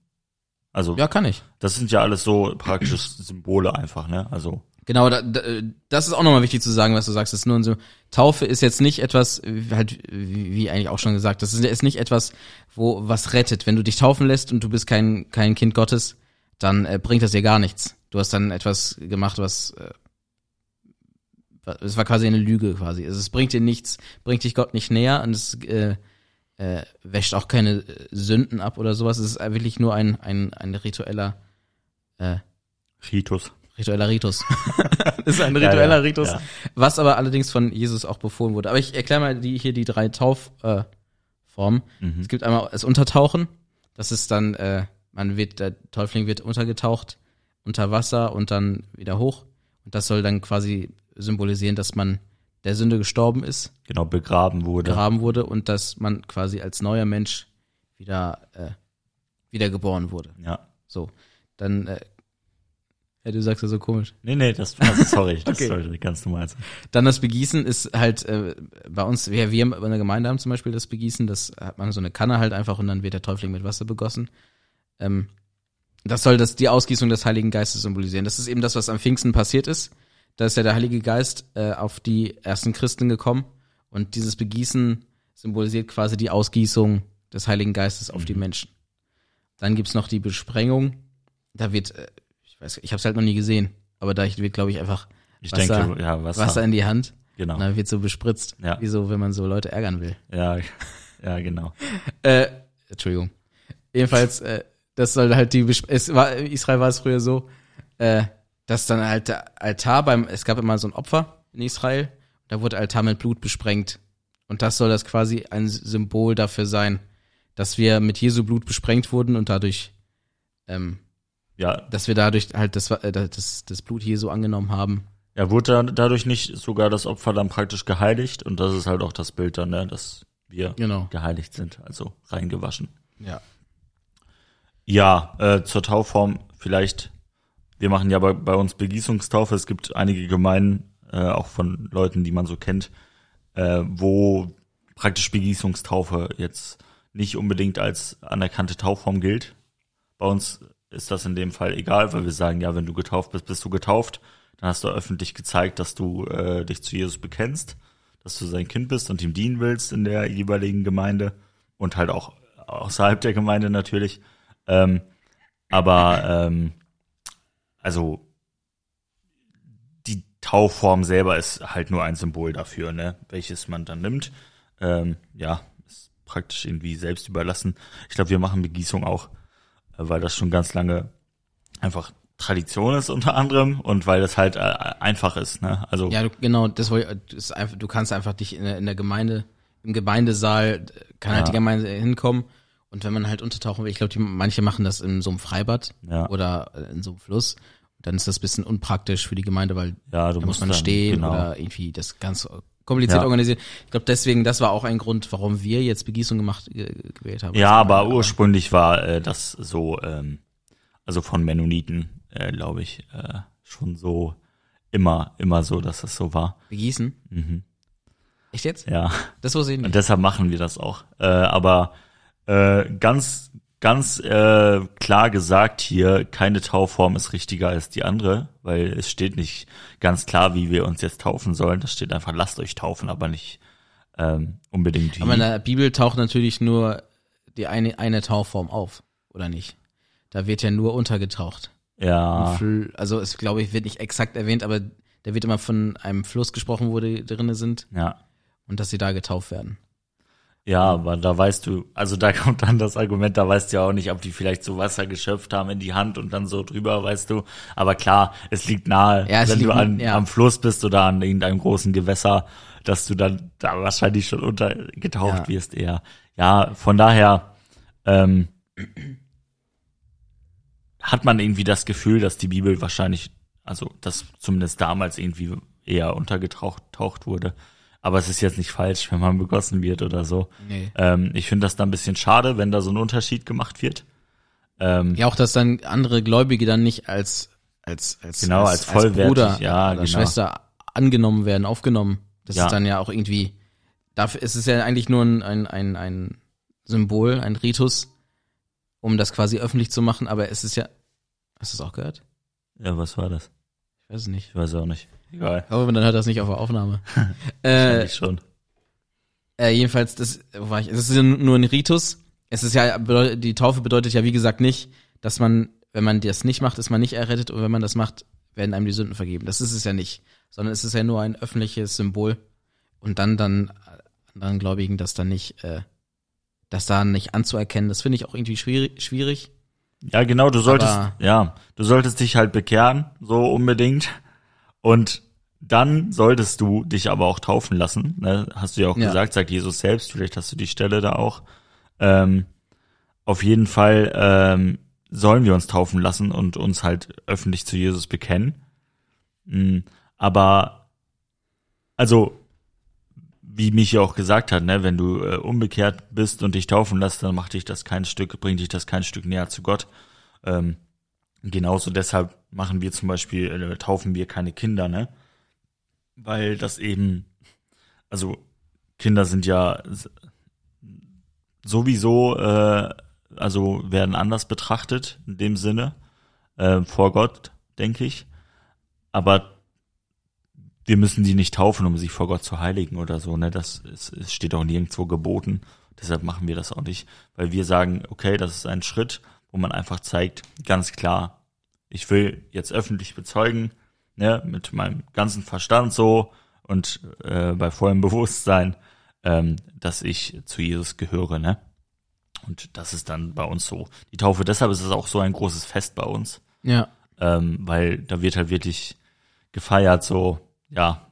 S1: Also,
S2: ja, kann ich.
S1: das sind ja alles so praktisch Symbole einfach, ne? Also,
S2: Genau, da, da, äh, das ist auch nochmal wichtig zu sagen, was du sagst. Das ist nur ein Sym- Taufe ist jetzt nicht etwas, äh, halt, wie wie eigentlich auch schon gesagt, das ist, ist nicht etwas, wo was rettet. Wenn du dich taufen lässt und du bist kein, kein Kind Gottes, dann äh, bringt das dir gar nichts. Du hast dann etwas gemacht, was äh, wa- es war quasi eine Lüge quasi. Also es bringt dir nichts, bringt dich Gott nicht näher und es äh, äh, wäscht auch keine äh, Sünden ab oder sowas. Es ist äh, wirklich nur ein, ein, ein ritueller
S1: Ritus.
S2: Ritueller Ritus. das ist ein ritueller
S1: Ja, ja,
S2: Ritus.
S1: ja.
S2: Was aber allerdings von Jesus auch befohlen wurde. Aber ich erkläre mal die, hier die drei Taufformen. Äh, Formen.
S1: Mhm.
S2: Es gibt einmal das Untertauchen. Das ist dann, äh, man wird, der Täufling wird untergetaucht, unter Wasser und dann wieder hoch. Und das soll dann quasi symbolisieren, dass man der Sünde gestorben ist,
S1: Genau, begraben wurde.
S2: begraben wurde und dass man quasi als neuer Mensch wieder, äh, wiedergeboren wurde.
S1: ja.
S2: So. Dann, äh, ja, du sagst ja so komisch.
S1: Nee, nee, das, also, sorry, das
S2: Okay.
S1: sollte ganz normal sein.
S2: Dann das Begießen ist halt äh, bei uns, wir, wir in der Gemeinde haben zum Beispiel das Begießen, das hat man so eine Kanne halt einfach und dann wird der Täufling mit Wasser begossen. Ähm, das soll das, die Ausgießung des Heiligen Geistes symbolisieren. Das ist eben das, was am Pfingsten passiert ist. Da ist ja der Heilige Geist äh, auf die ersten Christen gekommen und dieses Begießen symbolisiert quasi die Ausgießung des Heiligen Geistes auf die Menschen. Dann gibt's noch die Besprengung. Da wird, äh, ich weiß, ich habe es halt noch nie gesehen, aber da wird, glaube ich, einfach
S1: Ich
S2: Wasser-
S1: denke, ja, was
S2: Wasser in die Hand.
S1: Genau.
S2: Und dann wird so bespritzt.
S1: Ja.
S2: Wie so, wenn man so Leute ärgern will.
S1: Ja, ja, genau.
S2: Äh, Entschuldigung. Jedenfalls, äh, das soll halt die, Besp- es war, in Israel war es früher so, äh, dass dann halt der Altar beim, es gab immer so ein Opfer in Israel, da wurde der Altar mit Blut besprengt. Und das soll das quasi ein Symbol dafür sein, dass wir mit Jesu Blut besprengt wurden und dadurch, ähm,
S1: Ja,
S2: dass wir dadurch halt das, äh, das, das Blut Jesu angenommen haben.
S1: ja, wurde dann dadurch nicht sogar das Opfer dann praktisch geheiligt und das ist halt auch das Bild dann, ne, dass wir
S2: Genau.
S1: geheiligt sind, also reingewaschen.
S2: Ja.
S1: Ja, äh, zur Taufform vielleicht. Wir machen ja bei, bei uns Begießungstaufe. Es gibt einige Gemeinden, äh, auch von Leuten, die man so kennt, äh, wo praktisch Begießungstaufe jetzt nicht unbedingt als anerkannte Taufform gilt. Bei uns ist das in dem Fall egal, weil wir sagen, ja, wenn du getauft bist, bist du getauft. Dann hast du öffentlich gezeigt, dass du äh, dich zu Jesus bekennst, dass du sein Kind bist und ihm dienen willst in der jeweiligen Gemeinde und halt auch außerhalb der Gemeinde natürlich. Ähm, aber ähm, also die Tauform selber ist halt nur ein Symbol dafür, ne? welches man dann nimmt. Ähm, ja, ist praktisch irgendwie selbst überlassen. Ich glaube, wir machen Begießung auch, äh, weil das schon ganz lange einfach Tradition ist unter anderem und weil das halt äh, einfach ist. Ne? Also
S2: Ja, du, genau, das woll- das ist einfach, du kannst einfach dich in der, in der Gemeinde, im Gemeindesaal, kann
S1: Ja.
S2: halt die Gemeinde hinkommen. Und wenn man halt untertauchen will, ich glaube, die- manche machen das in so einem Freibad
S1: Ja.
S2: oder äh, in so einem Fluss. Dann ist das ein bisschen unpraktisch für die Gemeinde, weil
S1: Ja, du musst
S2: da muss man
S1: dann-
S2: stehen
S1: genau.
S2: oder irgendwie das ganz kompliziert
S1: Ja.
S2: organisieren. Ich glaube, deswegen, das war auch ein Grund, warum wir jetzt Begießung gemacht, ge- gewählt haben.
S1: Ja, aber ursprünglich war äh, das so, ähm, also von Mennoniten, äh, glaube ich, äh, schon so immer, immer so, dass das so war.
S2: Begießen?
S1: Mhm.
S2: Echt jetzt?
S1: Ja,
S2: Das wusste ich nicht.
S1: und deshalb machen wir das auch. Äh, aber äh, ganz, ganz äh, klar gesagt hier, keine Tauform ist richtiger als die andere, weil es steht nicht ganz klar, wie wir uns jetzt taufen sollen. Das steht einfach, lasst euch taufen, aber nicht ähm, unbedingt wie.
S2: Aber in der Bibel taucht natürlich nur die eine, eine Taufform auf, oder nicht? Da wird ja nur untergetaucht.
S1: ja.
S2: Fl- Also es, glaube ich, wird nicht exakt erwähnt, aber da wird immer von einem Fluss gesprochen, wo die drinne sind
S1: ja.
S2: und dass sie da getauft werden.
S1: Ja, aber da weißt du, also da kommt dann das Argument, da weißt du ja auch nicht, ob die vielleicht so Wasser geschöpft haben in die Hand und dann so drüber, weißt du. Aber klar, es liegt nahe,
S2: Ja, es
S1: wenn
S2: liegt
S1: du an,
S2: n- ja.
S1: am Fluss bist oder an irgendeinem großen Gewässer, dass du dann da wahrscheinlich schon untergetaucht
S2: Ja.
S1: wirst eher. Ja, von daher ähm, hat man irgendwie das Gefühl, dass die Bibel wahrscheinlich, also dass zumindest damals irgendwie eher untergetaucht taucht wurde. Aber es ist jetzt nicht falsch, wenn man begossen wird oder so.
S2: Nee.
S1: Ähm, ich finde das dann ein bisschen schade, wenn da so ein Unterschied gemacht wird. Ähm,
S2: Ja, auch dass dann andere Gläubige dann nicht als als als
S1: Genau, als vollwertig,
S2: Bruder
S1: ja,
S2: oder
S1: genau.
S2: Schwester angenommen werden, aufgenommen. Das
S1: Ja.
S2: ist dann ja auch irgendwie dafür ist es ja eigentlich nur ein ein ein, ein Symbol, ein Ritus, um das quasi öffentlich zu machen, aber es ist ja Hast du es auch gehört?
S1: ja, was war das?
S2: Ich weiß es nicht.
S1: Ich weiß auch nicht. Egal.
S2: Ich hoffe, man hört das nicht auf der Aufnahme. äh,
S1: Eigentlich schon.
S2: Äh, jedenfalls, das wo war ich. Es ist ja nur ein Ritus. Es ist ja bedeu- die Taufe bedeutet ja wie gesagt nicht, dass man, wenn man das nicht macht, ist man nicht errettet und wenn man das macht, werden einem die Sünden vergeben. Das ist es ja nicht, sondern es ist ja nur ein öffentliches Symbol und dann dann anderen Gläubigen das dann nicht, äh, das da nicht anzuerkennen. Das finde ich auch irgendwie schwierig. schwierig.
S1: Ja, genau, du solltest,
S2: Aber-
S1: ja, du solltest dich halt bekehren, so unbedingt. Und dann solltest du dich aber auch taufen lassen. Ne? Hast du ja auch
S2: Ja.
S1: gesagt, sagt Jesus selbst, vielleicht hast du die Stelle da auch. Ähm, auf jeden Fall ähm, sollen wir uns taufen lassen und uns halt öffentlich zu Jesus bekennen. Mm, Aber also wie Michi auch gesagt hat, ne, wenn du äh, unbekehrt bist und dich taufen lässt, dann macht dich das kein Stück, bringt dich das kein Stück näher zu Gott. Ähm, genauso deshalb machen wir zum Beispiel, äh, taufen wir keine Kinder, ne? Weil das eben, also Kinder sind ja s- sowieso, äh, also werden anders betrachtet in dem Sinne, äh, vor Gott, denke ich. Aber wir müssen die nicht taufen, um sie vor Gott zu heiligen oder so. Ne? Das ist, es steht auch nirgendwo geboten. Deshalb machen wir das auch nicht, weil wir sagen, okay, das ist ein Schritt, wo man einfach zeigt, ganz klar, ich will jetzt öffentlich bezeugen, ne, mit meinem ganzen Verstand so und äh, bei vollem Bewusstsein, ähm, dass ich zu Jesus gehöre, ne? Und das ist dann bei uns so. Die Taufe, deshalb ist es auch so ein großes Fest bei uns,
S2: Ja.
S1: ähm, weil da wird halt wirklich gefeiert, so, ja,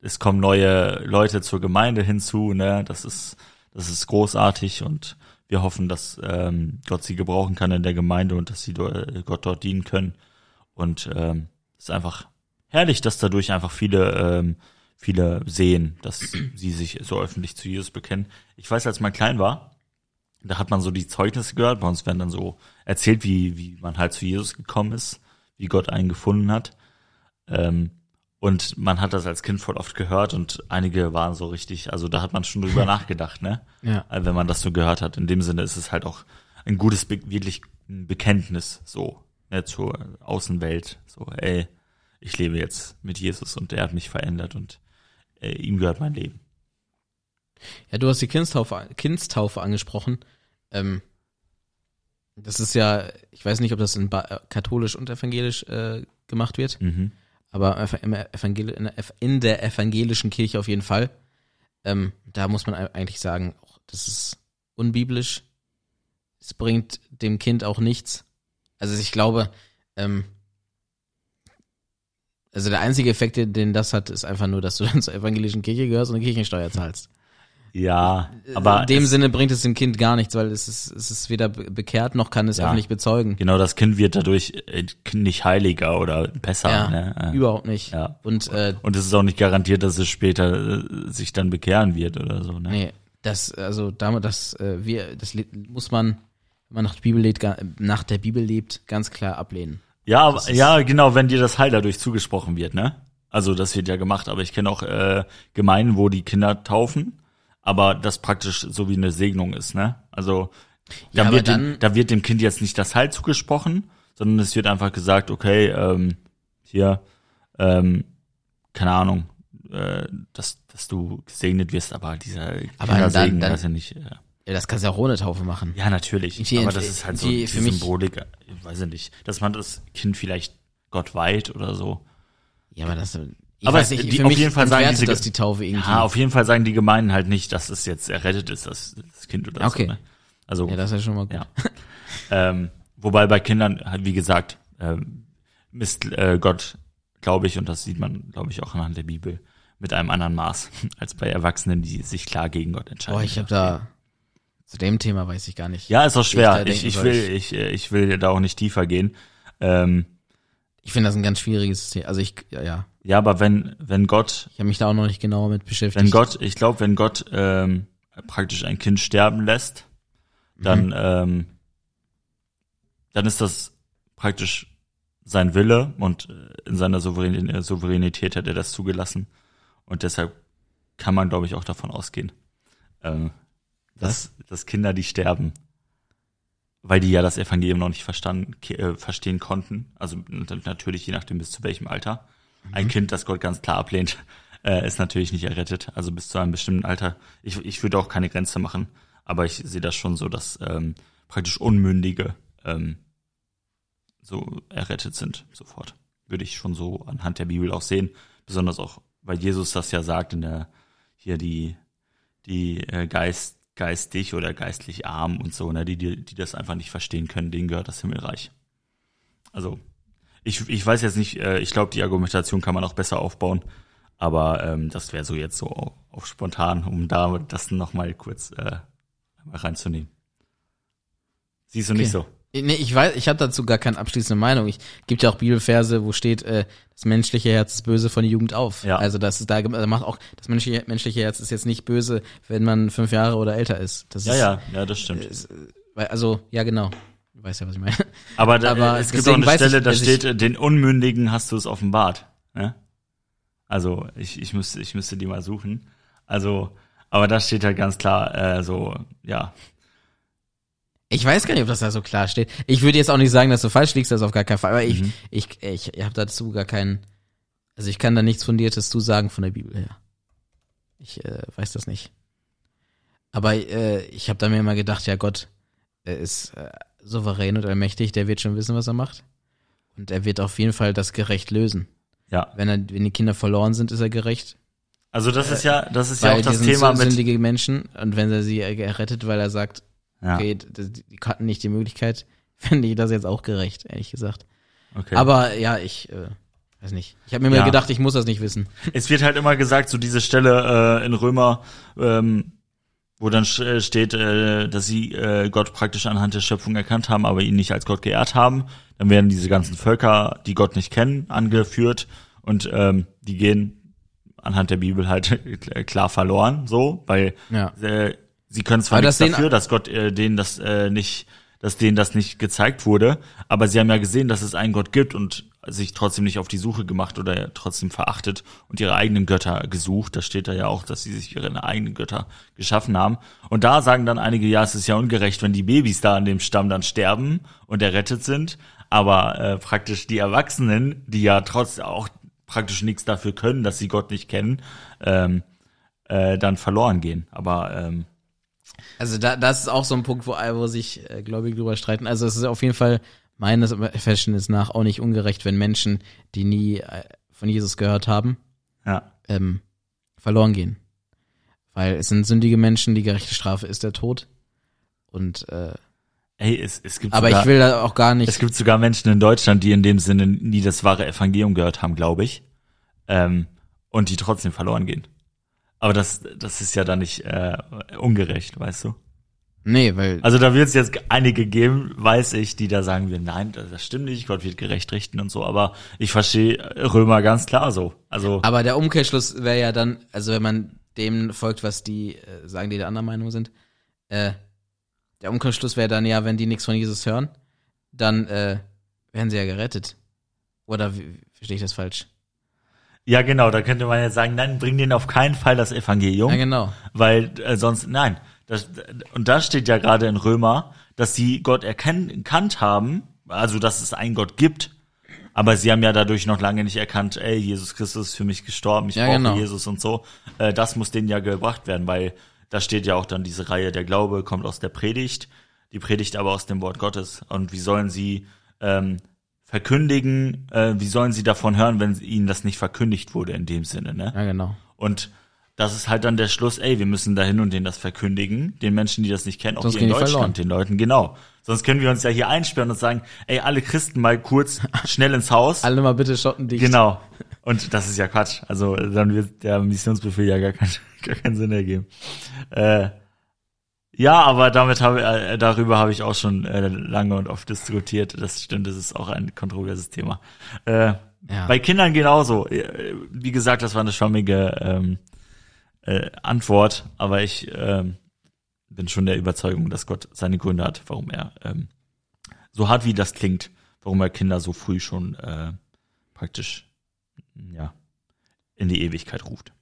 S1: es kommen neue Leute zur Gemeinde hinzu, ne? Das ist, das ist großartig und wir hoffen, dass ähm, Gott sie gebrauchen kann in der Gemeinde und dass sie dort- Gott dort dienen können. Und ähm, es ist einfach herrlich, dass dadurch einfach viele, ähm, viele sehen, dass sie sich so öffentlich zu Jesus bekennen. Ich weiß, als man klein war, da hat man so die Zeugnisse gehört, bei uns werden dann so erzählt, wie, wie man halt zu Jesus gekommen ist, wie Gott einen gefunden hat. Ähm, und man hat das als Kind voll oft gehört und einige waren so richtig, also da hat man schon drüber nachgedacht, ne?
S2: Ja.
S1: Äh, wenn man das so gehört hat. In dem Sinne ist es halt auch ein gutes, Be wirklich ein Bekenntnis so ne, zur Außenwelt. So, ey, ich lebe jetzt mit Jesus und er hat mich verändert und äh, ihm gehört mein Leben.
S2: Ja, du hast die Kindstaufe, Kindstaufe angesprochen. Ähm, das ist ja, ich weiß nicht, ob das in ba äh, katholisch und evangelisch äh, gemacht wird,
S1: Mhm.
S2: aber ev- im Evangel in, der ev- in der evangelischen Kirche auf jeden Fall. Ähm, da muss man ei- eigentlich sagen, auch das ist unbiblisch. Es bringt dem Kind auch nichts. Also ich glaube, ähm, also der einzige Effekt, den- den das hat, ist einfach nur, dass du dann zur evangelischen Kirche gehörst und eine Kirchensteuer zahlst.
S1: Ja, aber
S2: Äh, in dem
S1: es,
S2: Sinne bringt es dem Kind gar nichts, weil es ist, es ist weder be- bekehrt noch kann es
S1: Ja.
S2: öffentlich bezeugen.
S1: genau das Kind wird dadurch äh, nicht heiliger oder besser.
S2: Ja,
S1: ne?
S2: überhaupt nicht.
S1: Ja.
S2: Und äh,
S1: äh, und es ist auch nicht garantiert, dass es später äh, sich dann bekehren wird oder so. Ne?
S2: nee, das also damit das äh, wir das le- muss man wenn man nach der Bibel lebt, ga- nach der Bibel lebt ganz klar ablehnen.
S1: Ja, aber-
S2: ist-
S1: ja, genau, wenn dir das Heil dadurch zugesprochen wird, ne? Also das wird ja gemacht, aber ich kenne auch äh, Gemeinden, wo die Kinder taufen, aber das praktisch so wie eine Segnung ist, ne? Also da,
S2: Ja, aber
S1: wird dem,
S2: dann-
S1: da wird dem Kind jetzt nicht das Heil zugesprochen, sondern es wird einfach gesagt, okay, ähm, hier, ähm, keine Ahnung, äh, dass, dass du gesegnet wirst, aber dieser
S2: Aber
S1: Kindersegen,
S2: dann- dann-
S1: weiß ja nicht. Äh,
S2: Ja, das kannst du ja auch ohne Taufe machen.
S1: ja, natürlich.
S2: Ich-
S1: aber
S2: ich-
S1: das ist halt so
S2: die-
S1: die
S2: für mich-
S1: Symbolik, ich weiß ja nicht, dass man das Kind vielleicht Gott weiht oder so.
S2: Ja, aber das ich
S1: Aber
S2: weiß nicht,
S1: die-
S2: für
S1: auf
S2: mich
S1: jeden Fall sagen
S2: entwertet
S1: diese Ge-
S2: das die Taufe irgendwie.
S1: Ja, auf jeden Fall sagen die Gemeinden halt nicht, dass es jetzt errettet ist, das, das Kind oder
S2: Okay.
S1: so. Ne? Also,
S2: ja, das ist ja schon mal gut.
S1: ja. ähm, wobei bei Kindern, halt, wie gesagt, ähm, misst äh, Gott, glaube ich, und das sieht man, glaube ich, auch anhand der Bibel, mit einem anderen Maß als bei Erwachsenen, die sich klar gegen Gott entscheiden.
S2: Boah, ich habe da zu dem Thema weiß ich gar nicht.
S1: ja, ist auch
S2: da
S1: schwer.
S2: denken
S1: Ich, ich,
S2: soll.
S1: will, ich, äh, ich will da auch nicht tiefer gehen. Ähm,
S2: Ich finde das ein ganz schwieriges Thema. Also ich ja, ja.
S1: ja, aber wenn, wenn Gott
S2: ich habe mich da auch noch nicht genauer mit beschäftigt.
S1: Wenn Gott, ich glaube, wenn Gott ähm, praktisch ein Kind sterben lässt, dann, ähm, dann ist das praktisch sein Wille und äh, in seiner Souverän in der Souveränität hat er das zugelassen. Und deshalb kann man, glaube ich, auch davon ausgehen, ähm, dass, dass Kinder, die sterben, weil die ja das Evangelium noch nicht verstanden, ke- äh, verstehen konnten, also nat- natürlich je nachdem bis zu welchem Alter, ein Kind, das Gott ganz klar ablehnt, äh, ist natürlich nicht errettet. Also bis zu einem bestimmten Alter. Ich, ich würde auch keine Grenze machen, aber ich sehe das schon so, dass ähm, praktisch Unmündige ähm, so errettet sind sofort. Würde ich schon so anhand der Bibel auch sehen. Besonders auch, weil Jesus das ja sagt in der hier die die äh, Geist geistig oder geistlich arm und so, ne, die, die, die das einfach nicht verstehen können, denen gehört das Himmelreich. Also, ich, ich weiß jetzt nicht, äh, ich glaube, die Argumentation kann man auch besser aufbauen, aber ähm, das wäre so jetzt so auf, auf spontan, um da das nochmal kurz äh, einmal reinzunehmen. Siehst du nicht so?
S2: Äh, Nee, ich weiß, ich habe dazu gar keine abschließende Meinung. Ich gibt ja auch Bibelverse, wo steht, äh, das menschliche Herz ist böse von Jugend auf.
S1: Ja.
S2: Also das ist, da da macht auch das menschliche, menschliche Herz ist jetzt nicht böse, wenn man fünf Jahre oder älter ist. Das
S1: Ja,
S2: ist,
S1: ja, ja, das stimmt.
S2: Ist, äh, weil- also ja genau, du weißt ja was ich meine.
S1: Aber, da,
S2: aber
S1: äh, es gibt auch
S2: deswegen
S1: eine
S2: weiß ich,
S1: Stelle, da
S2: dass ich-
S1: steht, äh, den Unmündigen hast du es offenbart. Ne? Also ich, ich, müsste, ich müsste die mal suchen. Also, aber da steht halt ganz klar, äh, so, ja,
S2: Ich weiß gar nicht, ob das da so klar steht. Ich würde jetzt auch nicht sagen, dass du falsch liegst, das auf gar keinen Fall. Aber ich
S1: Mhm.
S2: ich ich, ich habe dazu gar keinen, also ich kann da nichts fundiertes zu sagen von der Bibel her. Ich äh, weiß das nicht. Aber äh, ich habe da mir immer gedacht, ja Gott äh, ist äh, souverän und allmächtig, der wird schon wissen, was er macht. Und er wird auf jeden Fall das gerecht lösen.
S1: Ja.
S2: Wenn, er, wenn die Kinder verloren sind, ist er gerecht.
S1: Also das ist ja, das ist ja
S2: Äh, Weil
S1: auch das
S2: die sind
S1: Thema
S2: so
S1: mit.
S2: sündige Menschen und wenn er sie gerettet, weil er sagt,
S1: Ja,
S2: okay, d- d- die hatten nicht die Möglichkeit, finde ich das jetzt auch gerecht, ehrlich gesagt.
S1: okay.
S2: Aber ja, ich äh, weiß nicht. Ich habe mir
S1: Ja.
S2: mal gedacht, ich muss das nicht wissen.
S1: Es wird halt immer gesagt, so diese Stelle äh, in Römer, ähm, wo dann sch- äh, steht, äh, dass sie äh, Gott praktisch anhand der Schöpfung erkannt haben, aber ihn nicht als Gott geehrt haben. Dann werden diese ganzen Völker, die Gott nicht kennen, angeführt und ähm, die gehen anhand der Bibel halt klar verloren, so, weil
S2: Ja.
S1: äh, sie können zwar
S2: Aber
S1: nichts
S2: das sehen-
S1: dafür, dass Gott äh, denen das äh, nicht, dass denen das nicht gezeigt wurde, aber sie haben ja gesehen, dass es einen Gott gibt und sich trotzdem nicht auf die Suche gemacht oder trotzdem verachtet und ihre eigenen Götter gesucht. Da steht da ja auch, dass sie sich ihre eigenen Götter geschaffen haben. Und da sagen dann einige, ja, es ist ja ungerecht, wenn die Babys da an dem Stamm dann sterben und errettet sind, aber äh, praktisch die Erwachsenen, die ja trotz auch praktisch nichts dafür können, dass sie Gott nicht kennen, ähm, äh, dann verloren gehen. Aber ähm,
S2: Also da, das ist auch so ein Punkt, wo, wo sich äh, Gläubige drüber streiten. Also es ist auf jeden Fall meines Verständnisses nach auch nicht ungerecht, wenn Menschen, die nie äh, von Jesus gehört haben,
S1: ja,
S2: ähm, verloren gehen. Weil es sind sündige Menschen, die gerechte Strafe ist der Tod. Und äh,
S1: ey, es, es gibt
S2: aber
S1: sogar,
S2: ich will da auch gar
S1: es
S2: nicht.
S1: gibt sogar Menschen in Deutschland, die in dem Sinne nie das wahre Evangelium gehört haben, glaube ich, ähm, und die trotzdem verloren gehen. Aber das, das ist ja dann nicht äh, ungerecht, weißt du?
S2: Nee, weil
S1: Also da wird es jetzt einige geben, weiß ich, die da sagen wir, nein, das das stimmt nicht, Gott wird gerecht richten und so, aber ich verstehe Römer ganz klar so. Also
S2: Aber der Umkehrschluss wäre ja dann, also wenn man dem folgt, was die äh, sagen, die der anderen Meinung sind, äh, der Umkehrschluss wäre dann ja, wenn die nichts von Jesus hören, dann äh, werden sie ja gerettet. Oder wie- verstehe ich das falsch?
S1: ja genau, da könnte man jetzt sagen, nein, bring denen auf keinen Fall das Evangelium.
S2: Ja, genau.
S1: weil äh, sonst nein. Das, und da steht ja gerade in Römer, dass sie Gott erken- erkannt haben, also dass es einen Gott gibt, aber sie haben ja dadurch noch lange nicht erkannt, ey, Jesus Christus ist für mich gestorben, ich
S2: Ja,
S1: brauche
S2: genau.
S1: Jesus und so. Äh, das muss denen ja gebracht werden, weil da steht ja auch dann diese Reihe, der Glaube kommt aus der Predigt, die Predigt aber aus dem Wort Gottes. Und wie sollen sie ähm, verkündigen, äh, wie sollen sie davon hören, wenn ihnen das nicht verkündigt wurde in dem Sinne, ne?
S2: Ja, genau.
S1: Und das ist halt dann der Schluss, ey, wir müssen dahin und denen das verkündigen, den Menschen, die das nicht kennen, auch
S2: Sonst
S1: hier in
S2: gehen die
S1: Deutschland,
S2: verloren.
S1: den Leuten, genau. Sonst können wir uns ja hier einsperren und sagen, ey, alle Christen mal kurz schnell ins Haus.
S2: Alle mal bitte Schotten dicht.
S1: genau. Und das ist ja Quatsch. Also dann wird der Missionsbefehl ja gar, kein, gar keinen Sinn ergeben. Äh, ja, aber damit habe äh, darüber habe ich auch schon äh, lange und oft diskutiert. Das stimmt, das ist auch ein kontroverses Thema. Äh,
S2: Ja.
S1: bei Kindern genauso. Äh, Wie gesagt, das war eine schwammige ähm, äh, Antwort, aber ich ähm, bin schon der Überzeugung, dass Gott seine Gründe hat, warum er ähm, so hart wie das klingt, warum er Kinder so früh schon äh, praktisch ja in die Ewigkeit ruft.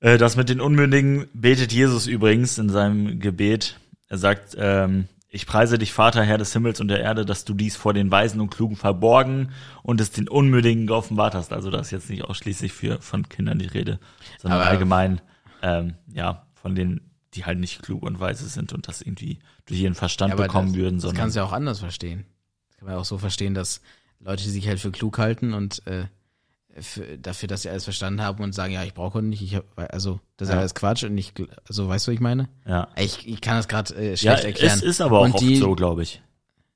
S1: Äh, Das mit den Unmündigen betet Jesus übrigens in seinem Gebet. Er sagt, ähm, ich preise dich, Vater, Herr des Himmels und der Erde, dass du dies vor den Weisen und Klugen verborgen und es den Unmündigen geoffenbart hast. Also das ist jetzt nicht ausschließlich für von Kindern die Rede, sondern
S2: Aber-
S1: allgemein ähm, ja von denen, die halt nicht klug und weise sind und das irgendwie durch ihren Verstand
S2: Ja, aber
S1: bekommen
S2: das,
S1: würden,
S2: Das
S1: sondern
S2: kannst du ja auch anders verstehen. Das kann man ja auch so verstehen, dass Leute, die sich halt für klug halten und äh, für, dafür, dass sie alles verstanden haben und sagen, ja, ich brauche Gott nicht, ich hab, also das ist
S1: Ja.
S2: alles Quatsch und ich, gl- also weißt du, was ich meine?
S1: ja.
S2: Ich, ich kann das gerade äh,
S1: Ja,
S2: schlecht erklären.
S1: es ist aber auch
S2: Und
S1: oft
S2: die,
S1: so, glaube ich.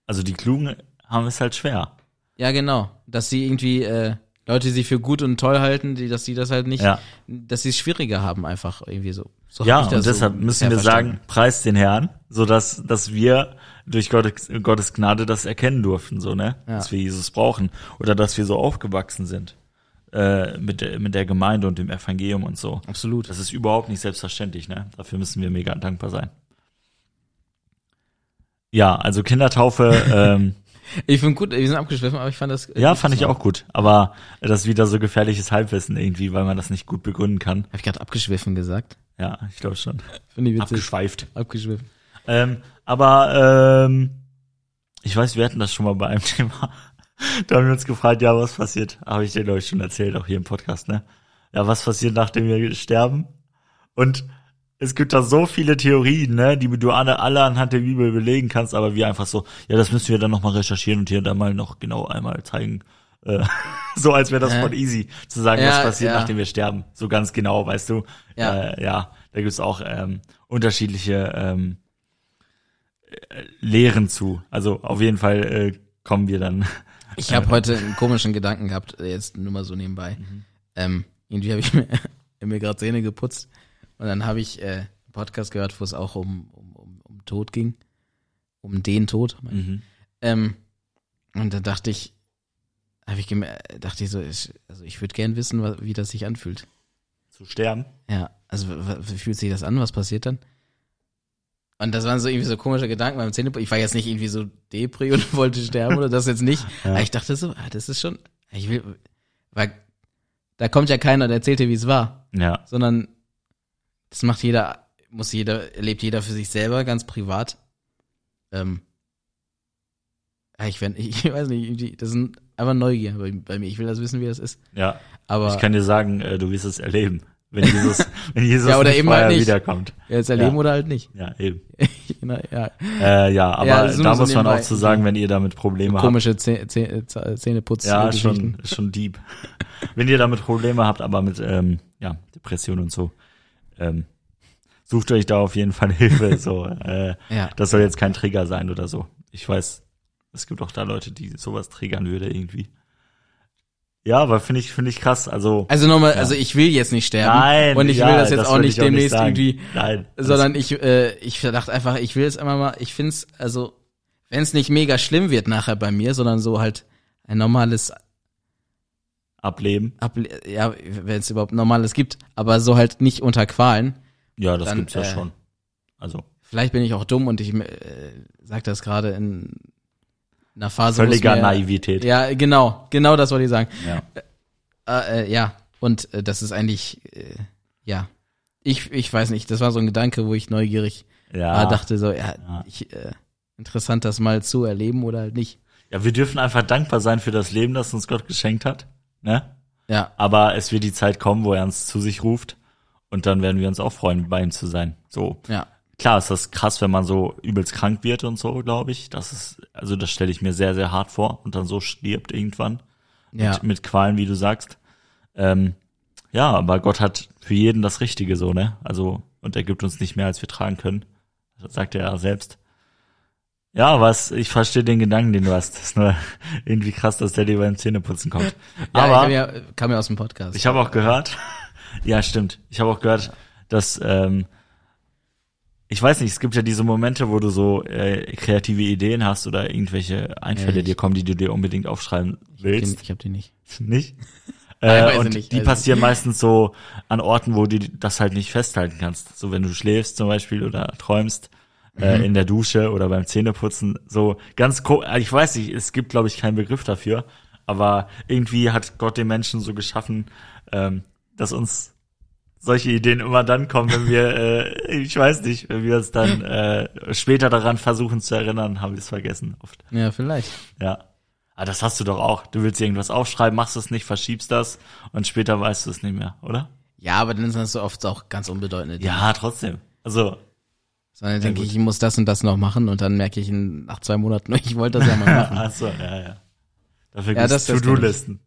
S1: Also die Klugen haben es halt schwer.
S2: Ja, genau. Dass sie irgendwie äh, Leute, die sich für gut und toll halten, die, dass sie das halt nicht,
S1: Ja.
S2: dass sie es schwieriger haben einfach irgendwie so. so
S1: Ja,
S2: hab ich das
S1: und deshalb
S2: so
S1: müssen
S2: bisher
S1: wir
S2: verstanden.
S1: sagen, preis den Herrn, sodass dass wir durch Gottes, Gottes Gnade das erkennen durften, so, ne?
S2: Ja.
S1: Dass wir Jesus brauchen. Oder dass wir so aufgewachsen sind äh, mit, der, mit der Gemeinde und dem Evangelium und so.
S2: Absolut.
S1: Das ist überhaupt nicht selbstverständlich, ne? Dafür müssen wir mega dankbar sein. Ja, also Kindertaufe, ähm,
S2: Ich finde gut, wir sind abgeschwiffen, aber ich fand das. äh,
S1: ja,
S2: gut,
S1: fand
S2: das
S1: ich
S2: war-
S1: auch gut. Aber das ist wieder so gefährliches Halbwissen irgendwie, weil man das nicht gut begründen kann.
S2: Hab ich gerade abgeschwiffen gesagt?
S1: Ja, ich glaube schon.
S2: Finde ich witzig.
S1: Abgeschweift.
S2: Abgeschwiffen.
S1: Ähm, aber ähm, ich weiß, wir hatten das schon mal bei einem Thema. Da haben wir uns gefragt, ja, was passiert? Habe ich dir, glaube ich, schon erzählt, auch hier im Podcast, ne? Ja, was passiert, nachdem wir sterben? Und es gibt da so viele Theorien, ne, die du alle, alle anhand der Bibel belegen kannst, aber wir einfach so, ja, das müssen wir dann nochmal recherchieren und hier dann mal noch genau einmal zeigen, äh, Äh, so als wäre das
S2: Ja.
S1: voll easy, zu sagen,
S2: Ja,
S1: was passiert,
S2: ja.
S1: nachdem wir sterben. So ganz genau, weißt du.
S2: Ja.
S1: Äh, ja, da gibt's auch ähm, unterschiedliche ähm, äh, Lehren zu. Also auf jeden Fall äh, kommen wir dann.
S2: Ich habe heute einen komischen Gedanken gehabt, äh, jetzt nur mal so nebenbei. Ähm, irgendwie habe ich mir, mir gerade Zähne geputzt und dann habe ich äh, einen Podcast gehört, wo es auch um, um, um, um Tod ging. Um den Tod. meine ich.
S1: Mhm.
S2: Ähm, und dann dachte ich, habe ich gemer- dachte ich so, ich, also ich würde gern wissen, wa- wie das sich anfühlt.
S1: Zu sterben.
S2: Ja, also w- w- wie fühlt sich das an? Was passiert dann? Und das waren so irgendwie so komische Gedanken beim Zähneputzen. Ich war jetzt nicht irgendwie so Depri und wollte sterben oder das jetzt nicht.
S1: Ja.
S2: Aber ich dachte so, ah, das ist schon, ich will, weil da kommt ja keiner und erzählt dir, wie es war,
S1: Ja.
S2: sondern das macht jeder, muss jeder, lebt jeder für sich selber, ganz privat. Ähm, ah, ich, wenn, ich weiß nicht, irgendwie- das sind einfach Neugier bei, bei mir. Ich will das wissen, wie das ist.
S1: Ja.
S2: Aber
S1: Ich kann dir sagen, äh, du wirst es erleben, wenn Jesus, wenn Jesus
S2: Ja, oder
S1: nicht
S2: eben halt
S1: vorher
S2: nicht.
S1: wiederkommt.
S2: jetzt erleben
S1: Ja.
S2: oder halt nicht.
S1: Ja, eben.
S2: Na, ja.
S1: Äh, ja, aber
S2: Ja, so-
S1: da
S2: so
S1: muss man auch
S2: nebenbei.
S1: zu sagen, wenn ihr damit Probleme habt.
S2: Komische Zäh Zäh Zäh Zähneputz.
S1: Ja,
S2: äh,
S1: schon,
S2: Geschichten.
S1: schon deep. Wenn ihr damit Probleme habt, aber mit ähm, ja, Depression und so, ähm, sucht euch da auf jeden Fall Hilfe. So, äh,
S2: Ja.
S1: das soll jetzt kein Trigger sein oder so. Ich weiß, es gibt auch da Leute, die sowas triggern würde irgendwie. Ja, aber finde ich finde ich krass. Also,
S2: Also nochmal,
S1: Ja.
S2: also ich will jetzt nicht sterben.
S1: nein,
S2: Und ich
S1: ja,
S2: will das jetzt auch
S1: würd
S2: nicht
S1: ich
S2: demnächst
S1: sagen.
S2: irgendwie,
S1: Nein, alles
S2: sondern ich, äh, ich dachte einfach, ich will jetzt einmal mal, ich find's, also, wenn's nicht mega schlimm wird nachher bei mir, sondern so halt ein normales,
S1: ableben.
S2: Able ja, wenn's überhaupt normales gibt, aber so halt nicht unter Qualen.
S1: Ja, das
S2: Dann,
S1: gibt's ja
S2: äh,
S1: schon. Also
S2: Vielleicht bin ich auch dumm und ich äh, sag das gerade in einer Phase, wo's
S1: völliger
S2: mir-
S1: Naivität.
S2: Ja, genau, genau das wollte ich sagen.
S1: ja.
S2: Äh, äh, ja, und äh, das ist eigentlich, äh, ja. Ich, ich weiß nicht, das war so ein Gedanke, wo ich neugierig
S1: Ja.
S2: war, Ah, dachte so, ja,
S1: Ja.
S2: Ich, äh, interessant, das mal zu erleben oder halt nicht.
S1: Ja, wir dürfen einfach dankbar sein für das Leben, das uns Gott geschenkt hat. Ne?
S2: Ja,
S1: Aber es wird die Zeit kommen, wo er uns zu sich ruft. Und dann werden wir uns auch freuen, bei ihm zu sein. So.
S2: ja,
S1: Klar ist das krass, wenn man so übelst krank wird und so, glaube ich. Das ist, also das stelle ich mir sehr, sehr hart vor und dann so stirbt irgendwann
S2: ja,
S1: mit, mit Qualen, wie du sagst. Ähm, ja, aber Gott hat für jeden das Richtige so, ne? Also, und er gibt uns nicht mehr, als wir tragen können. Das sagt er ja selbst. Ja, was, ich verstehe den Gedanken, den du hast. Das ist nur irgendwie krass, dass der dir beim Zähneputzen kommt.
S2: ja,
S1: Aber
S2: ich hab ja, kam ja aus dem Podcast.
S1: ich habe auch gehört, ja, stimmt. Ich habe auch gehört, dass, ähm, ich weiß nicht, es gibt ja diese Momente, wo du so äh, kreative Ideen hast oder irgendwelche Einfälle
S2: ich-
S1: dir kommen, die du dir unbedingt aufschreiben willst.
S2: den, ich habe die nicht.
S1: Nicht?
S2: Nein, weiß
S1: äh,
S2: ich
S1: und
S2: nicht, also.
S1: die
S2: weiß ich
S1: passieren meistens so an Orten, wo du das halt nicht festhalten kannst. So wenn du schläfst zum Beispiel oder träumst
S2: Mhm.
S1: äh, in der Dusche oder beim Zähneputzen. So ganz ko äh, ich weiß nicht, es gibt glaube ich keinen Begriff dafür, aber irgendwie hat Gott den Menschen so geschaffen, ähm, dass uns solche Ideen immer dann kommen, wenn wir, äh, ich weiß nicht, wenn wir uns dann äh, später daran versuchen zu erinnern, haben wir es vergessen oft.
S2: Ja, vielleicht.
S1: Ja. Aber das hast du doch auch. Du willst irgendwas aufschreiben, machst es nicht, verschiebst das und später weißt du es nicht mehr, oder?
S2: Ja, aber dann sind das so oft auch ganz unbedeutende Dinge.
S1: Ja, trotzdem. Also,
S2: Sondern denke ich, ich muss das und das noch machen und dann merke ich in, nach zwei Monaten, ich wollte das ja mal machen.
S1: achso, ja, ja. Dafür
S2: Ja,
S1: gibt's
S2: das- das
S1: To-Do-Listen.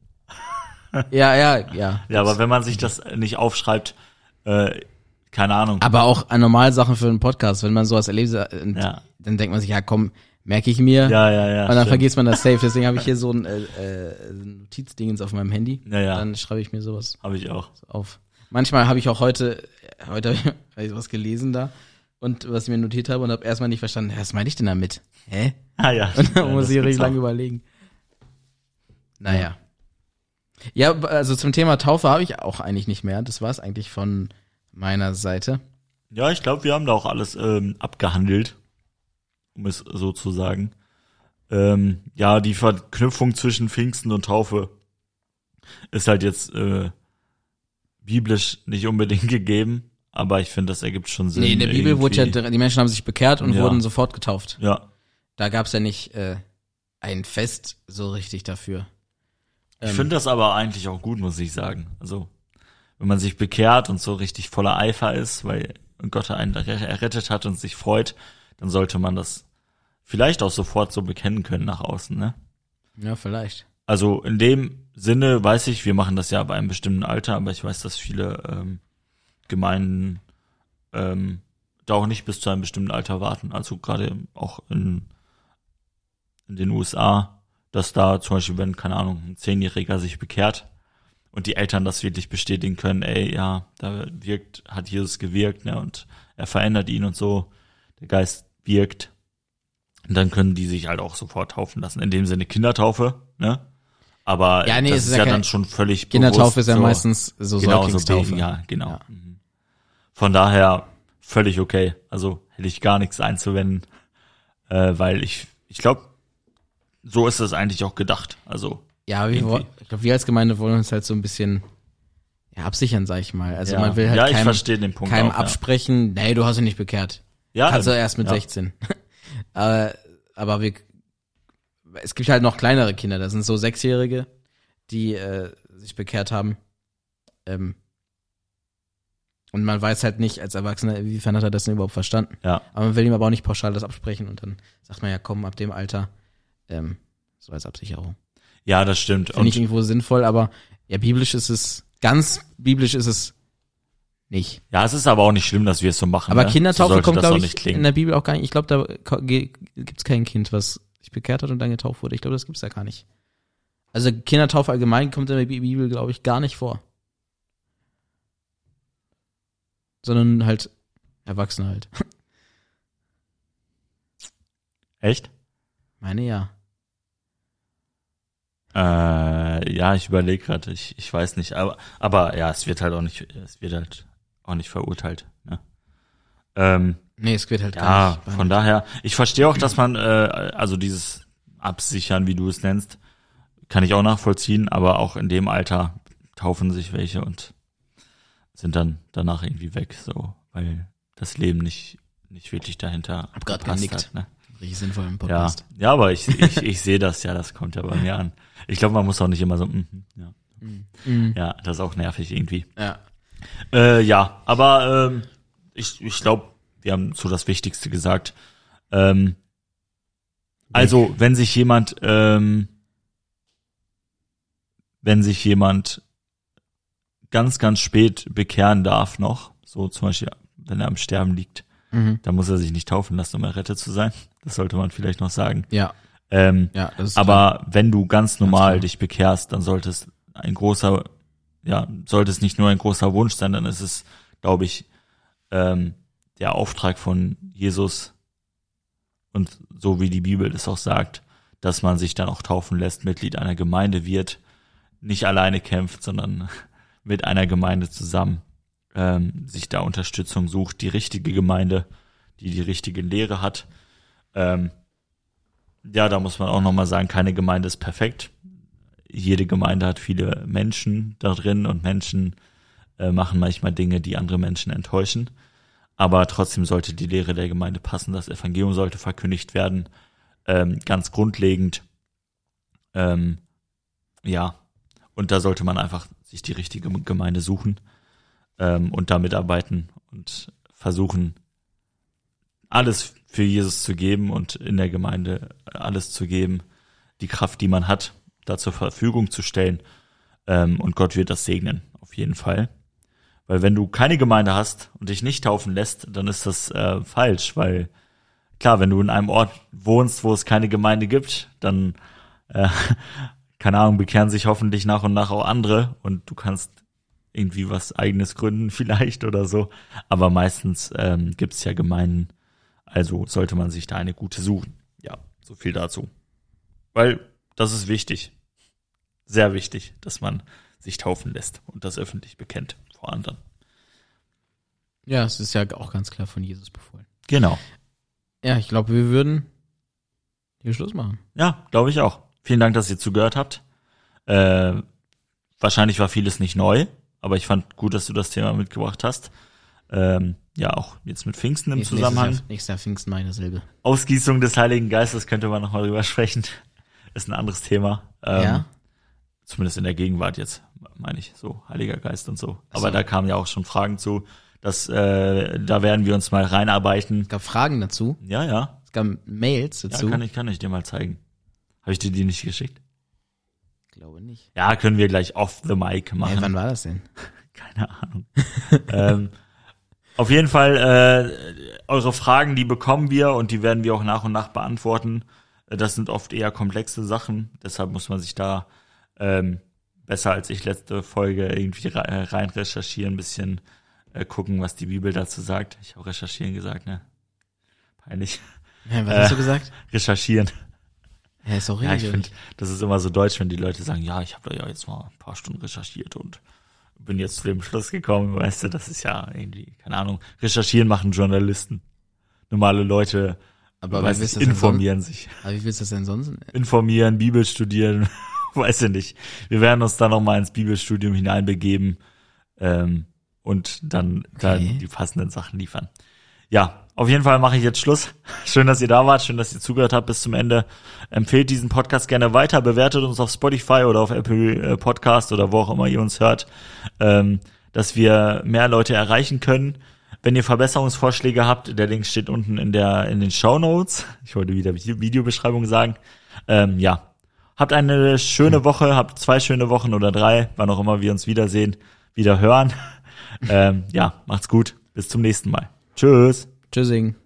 S2: ja, ja, ja.
S1: Ja, aber wenn man sich das nicht aufschreibt, äh, keine Ahnung.
S2: Aber auch an Normalsachen für einen Podcast, wenn man sowas erlebt, äh, und
S1: Ja.
S2: dann denkt man sich, ja komm, merke ich mir.
S1: Ja, ja, ja.
S2: und dann
S1: stimmt.
S2: vergisst man das safe. Deswegen habe ich hier so ein äh, äh, Notizdingens auf meinem Handy.
S1: Ja, ja.
S2: Dann schreibe ich mir sowas
S1: Hab ich auch.
S2: auf. Manchmal habe ich auch heute, heute habe ich was gelesen da und was ich mir notiert habe und habe erstmal nicht verstanden, was meine ich denn damit? Hä?
S1: Ah ja.
S2: Und dann
S1: Ja,
S2: muss
S1: das
S2: ich richtig
S1: gibt's auch.
S2: lange überlegen. Naja. Ja, b- also zum Thema Taufe habe ich auch eigentlich nicht mehr. Das war es eigentlich von meiner Seite.
S1: Ja, ich glaube, wir haben da auch alles ähm, abgehandelt, um es so zu sagen. Ähm, ja, die Verknüpfung zwischen Pfingsten und Taufe ist halt jetzt äh, biblisch nicht unbedingt gegeben, aber ich finde, das ergibt schon Sinn.
S2: Nee, in der Bibel wurde ja,
S1: irgendwie.
S2: die Menschen haben sich bekehrt und
S1: Ja.
S2: wurden sofort getauft.
S1: Ja,
S2: da gab's ja nicht äh, ein Fest so richtig dafür.
S1: ich
S2: Ähm,
S1: finde das aber eigentlich auch gut, muss ich sagen. Also, wenn man sich bekehrt und so richtig voller Eifer ist, weil Gott einen er- errettet hat und sich freut, dann sollte man das vielleicht auch sofort so bekennen können nach außen, ne?
S2: Ja, vielleicht.
S1: Also in dem Sinne weiß ich, wir machen das ja bei einem bestimmten Alter, aber ich weiß, dass viele ähm, Gemeinden ähm, da auch nicht bis zu einem bestimmten Alter warten. Also gerade auch in, in den USA, dass da zum Beispiel, wenn, keine Ahnung, ein Zehnjähriger sich bekehrt und die Eltern das wirklich bestätigen können, ey, ja, da wirkt, hat Jesus gewirkt, ne, und er verändert ihn und so, der Geist wirkt. Und dann können die sich halt auch sofort taufen lassen. In dem Sinne Kindertaufe, ne? Aber
S2: Ja, nee,
S1: das
S2: es
S1: ist,
S2: ist ja
S1: ja,
S2: keine-
S1: dann schon völlig
S2: Kindertaufe
S1: bewusst
S2: ist ja
S1: so.
S2: meistens so
S1: Genau, so
S2: Säuglingstaufe.
S1: Baby, ja, genau.
S2: Ja.
S1: Mhm. Von daher völlig okay. Also hätte ich gar nichts einzuwenden, äh, weil ich, ich glaube, so ist das eigentlich auch gedacht. Also
S2: Ja, wir,
S1: Irgendwie.
S2: woll- ich glaube, wir als Gemeinde wollen uns halt so ein bisschen ja, absichern, sag ich mal. Also
S1: ja,
S2: man will halt
S1: ja ich
S2: keinem,
S1: verstehe den Punkt
S2: keinem Also,
S1: auch.
S2: absprechen, nee, du hast dich nicht bekehrt.
S1: ja. Ja,
S2: Kannst du
S1: eben.
S2: erst mit
S1: Ah. ja.
S2: 16. aber, aber wir, es gibt halt noch kleinere Kinder, das sind so Sechsjährige, die äh, sich bekehrt haben. Ähm, und man weiß halt nicht als Erwachsener, inwiefern hat er das denn überhaupt verstanden.
S1: Ja.
S2: Aber man will ihm aber auch nicht pauschal das absprechen und dann sagt man ja, komm, ab dem Alter, ähm, so als Absicherung.
S1: Ja, das stimmt.
S2: Finde ich
S1: Und,
S2: irgendwo sinnvoll, aber ja, biblisch ist es, ganz biblisch ist es nicht.
S1: ja, es ist aber auch nicht schlimm, dass wir es so machen.
S2: Aber
S1: ne?
S2: Kindertaufe
S1: so sollte
S2: kommt,
S1: das
S2: glaube
S1: auch nicht
S2: ich, in
S1: klingen.
S2: der Bibel auch gar nicht. Ich glaube, da ko- ge- gibt's kein Kind, was sich bekehrt hat und dann getauft wurde. Ich glaube, das gibt's da gar nicht. Also Kindertaufe allgemein kommt in der Bi- Bibel, glaube ich, gar nicht vor. Sondern halt Erwachsene halt.
S1: Echt?
S2: Meine ja.
S1: Äh, ja, ich überlege gerade. Ich, ich weiß nicht. Aber, aber ja, es wird halt auch nicht, es wird halt auch nicht verurteilt. Ne? Ähm,
S2: Nee, es wird halt gar
S1: Ja,
S2: nicht.
S1: Ah, von daher, ich verstehe auch, dass man, äh, also dieses Absichern, wie du es nennst, kann ich auch nachvollziehen, aber auch in dem Alter taufen sich welche und sind dann danach irgendwie weg, so, weil das Leben nicht, nicht wirklich dahinter
S2: Hab grad
S1: gepasst
S2: genickt.
S1: ne?
S2: Richtig sinnvoll im
S1: Ja,
S2: Podcast.
S1: ja, aber ich, ich, ich sehe das ja, das kommt ja bei mir an. Ich glaube, man muss auch nicht immer so, mhm, ja.
S2: Mhm.
S1: ja, das ist auch nervig irgendwie.
S2: Ja.
S1: Äh, ja, aber ähm, ich, ich glaube, wir haben so das Wichtigste gesagt. Ähm, also, wenn sich jemand, ähm, wenn sich jemand ganz, ganz spät bekehren darf noch, so zum Beispiel, wenn er am Sterben liegt,
S2: Mhm.
S1: dann muss er sich nicht taufen lassen, um errettet zu sein. Das sollte man vielleicht noch sagen.
S2: ja,
S1: Ähm,
S2: ja, das ist
S1: aber wenn du ganz normal
S2: klar.
S1: dich bekehrst, dann sollte es ein großer, ja, sollte es nicht nur ein großer Wunsch sein, dann ist es, glaube ich, ähm, der Auftrag von Jesus und so wie die Bibel es auch sagt, dass man sich dann auch taufen lässt, Mitglied einer Gemeinde wird, nicht alleine kämpft, sondern mit einer Gemeinde zusammen, ähm, sich da Unterstützung sucht, die richtige Gemeinde, die die richtige Lehre hat. Ähm, ja, da muss man auch nochmal sagen, keine Gemeinde ist perfekt. Jede Gemeinde hat viele Menschen da drin und Menschen äh, machen manchmal Dinge, die andere Menschen enttäuschen. Aber trotzdem sollte die Lehre der Gemeinde passen. Das Evangelium sollte verkündigt werden. Ähm, ganz grundlegend. Ähm, ja. Und da sollte man einfach sich die richtige Gemeinde suchen ähm, und da mitarbeiten und versuchen, alles für Jesus zu geben und in der Gemeinde äh, alles zu geben, die Kraft, die man hat, da zur Verfügung zu stellen. Ähm, und Gott wird das segnen, auf jeden Fall. Weil wenn du keine Gemeinde hast und dich nicht taufen lässt, dann ist das äh, falsch, weil klar, wenn du in einem Ort wohnst, wo es keine Gemeinde gibt, dann, äh, keine Ahnung, bekehren sich hoffentlich nach und nach auch andere und du kannst irgendwie was eigenes gründen vielleicht oder so. Aber meistens ähm, gibt es ja Gemeinden, also sollte man sich da eine gute suchen. Ja, so viel dazu. Weil das ist wichtig. Sehr wichtig, dass man sich taufen lässt und das öffentlich bekennt vor anderen.
S2: klar. Ja, es ist ja auch ganz klar von Jesus befohlen.
S1: Genau.
S2: Ja, ich glaube, wir würden hier Schluss machen.
S1: Ja, glaube ich auch. Vielen Dank, dass ihr zugehört habt. Äh, wahrscheinlich war vieles nicht neu, aber ich fand gut, dass du das Thema mitgebracht hast. Ähm, ja, auch jetzt mit Pfingsten im
S2: Nächstes
S1: Zusammenhang.
S2: Jahr, nächstes Jahr Pfingsten meine Silbe.
S1: Ausgießung des Heiligen Geistes könnte man nochmal drüber sprechen. Ist ein anderes Thema. Ähm,
S2: ja?
S1: zumindest in der Gegenwart jetzt, meine ich, so Heiliger Geist und so.
S2: Ach so.
S1: Aber da kamen ja auch schon Fragen zu. Das, äh, da werden wir uns mal reinarbeiten.
S2: Es gab Fragen dazu,
S1: Ja, ja.
S2: es gab Mails
S1: Ja,
S2: dazu.
S1: kann ich, kann ich dir mal zeigen. Habe ich dir die nicht geschickt?
S2: glaube nicht.
S1: Ja, können wir gleich off the mic
S2: Ey,
S1: machen.
S2: wann war das denn?
S1: Keine Ahnung. ähm, auf jeden Fall, äh, eure Fragen, die bekommen wir und die werden wir auch nach und nach beantworten. Äh, Das sind oft eher komplexe Sachen, deshalb muss man sich da ähm, besser als ich letzte Folge irgendwie re äh, rein recherchieren, ein bisschen äh, gucken, was die Bibel dazu sagt. Ich habe recherchieren gesagt, ne? Peinlich.
S2: Hä, was hast du gesagt?
S1: Recherchieren.
S2: Ja, Äh. sorry.
S1: Ja, ich finde, das ist immer so deutsch, wenn die Leute sagen, ja, ich habe da ja jetzt mal ein paar Stunden recherchiert und bin jetzt zu dem Schluss gekommen. Weißt du, das ist ja irgendwie, keine Ahnung, recherchieren machen Journalisten. Normale Leute
S2: aber
S1: weiß
S2: wie willst
S1: nicht,
S2: du das denn sonst,
S1: informieren sich.
S2: aber wie willst du das denn sonst?
S1: Informieren, Bibel studieren, weiß ich nicht. Wir werden uns da nochmal ins Bibelstudium hineinbegeben ähm, und dann,
S2: Okay.
S1: dann die passenden Sachen liefern. Ja, auf jeden Fall mache ich jetzt Schluss. Schön, dass ihr da wart, schön, dass ihr zugehört habt bis zum Ende. Empfehlt diesen Podcast gerne weiter, bewertet uns auf Spotify oder auf Apple äh, Podcast oder wo auch immer ihr uns hört, ähm, dass wir mehr Leute erreichen können. Wenn ihr Verbesserungsvorschläge habt, der Link steht unten in der in den Show Notes. Ich wollte wieder Vi- Videobeschreibung sagen. Ähm, ja, habt eine schöne Woche, habt zwei schöne Wochen oder drei, wann auch immer wir uns wiedersehen, wieder hören. ähm, ja, macht's gut, bis zum nächsten Mal. Tschüss.
S2: Tschüssing.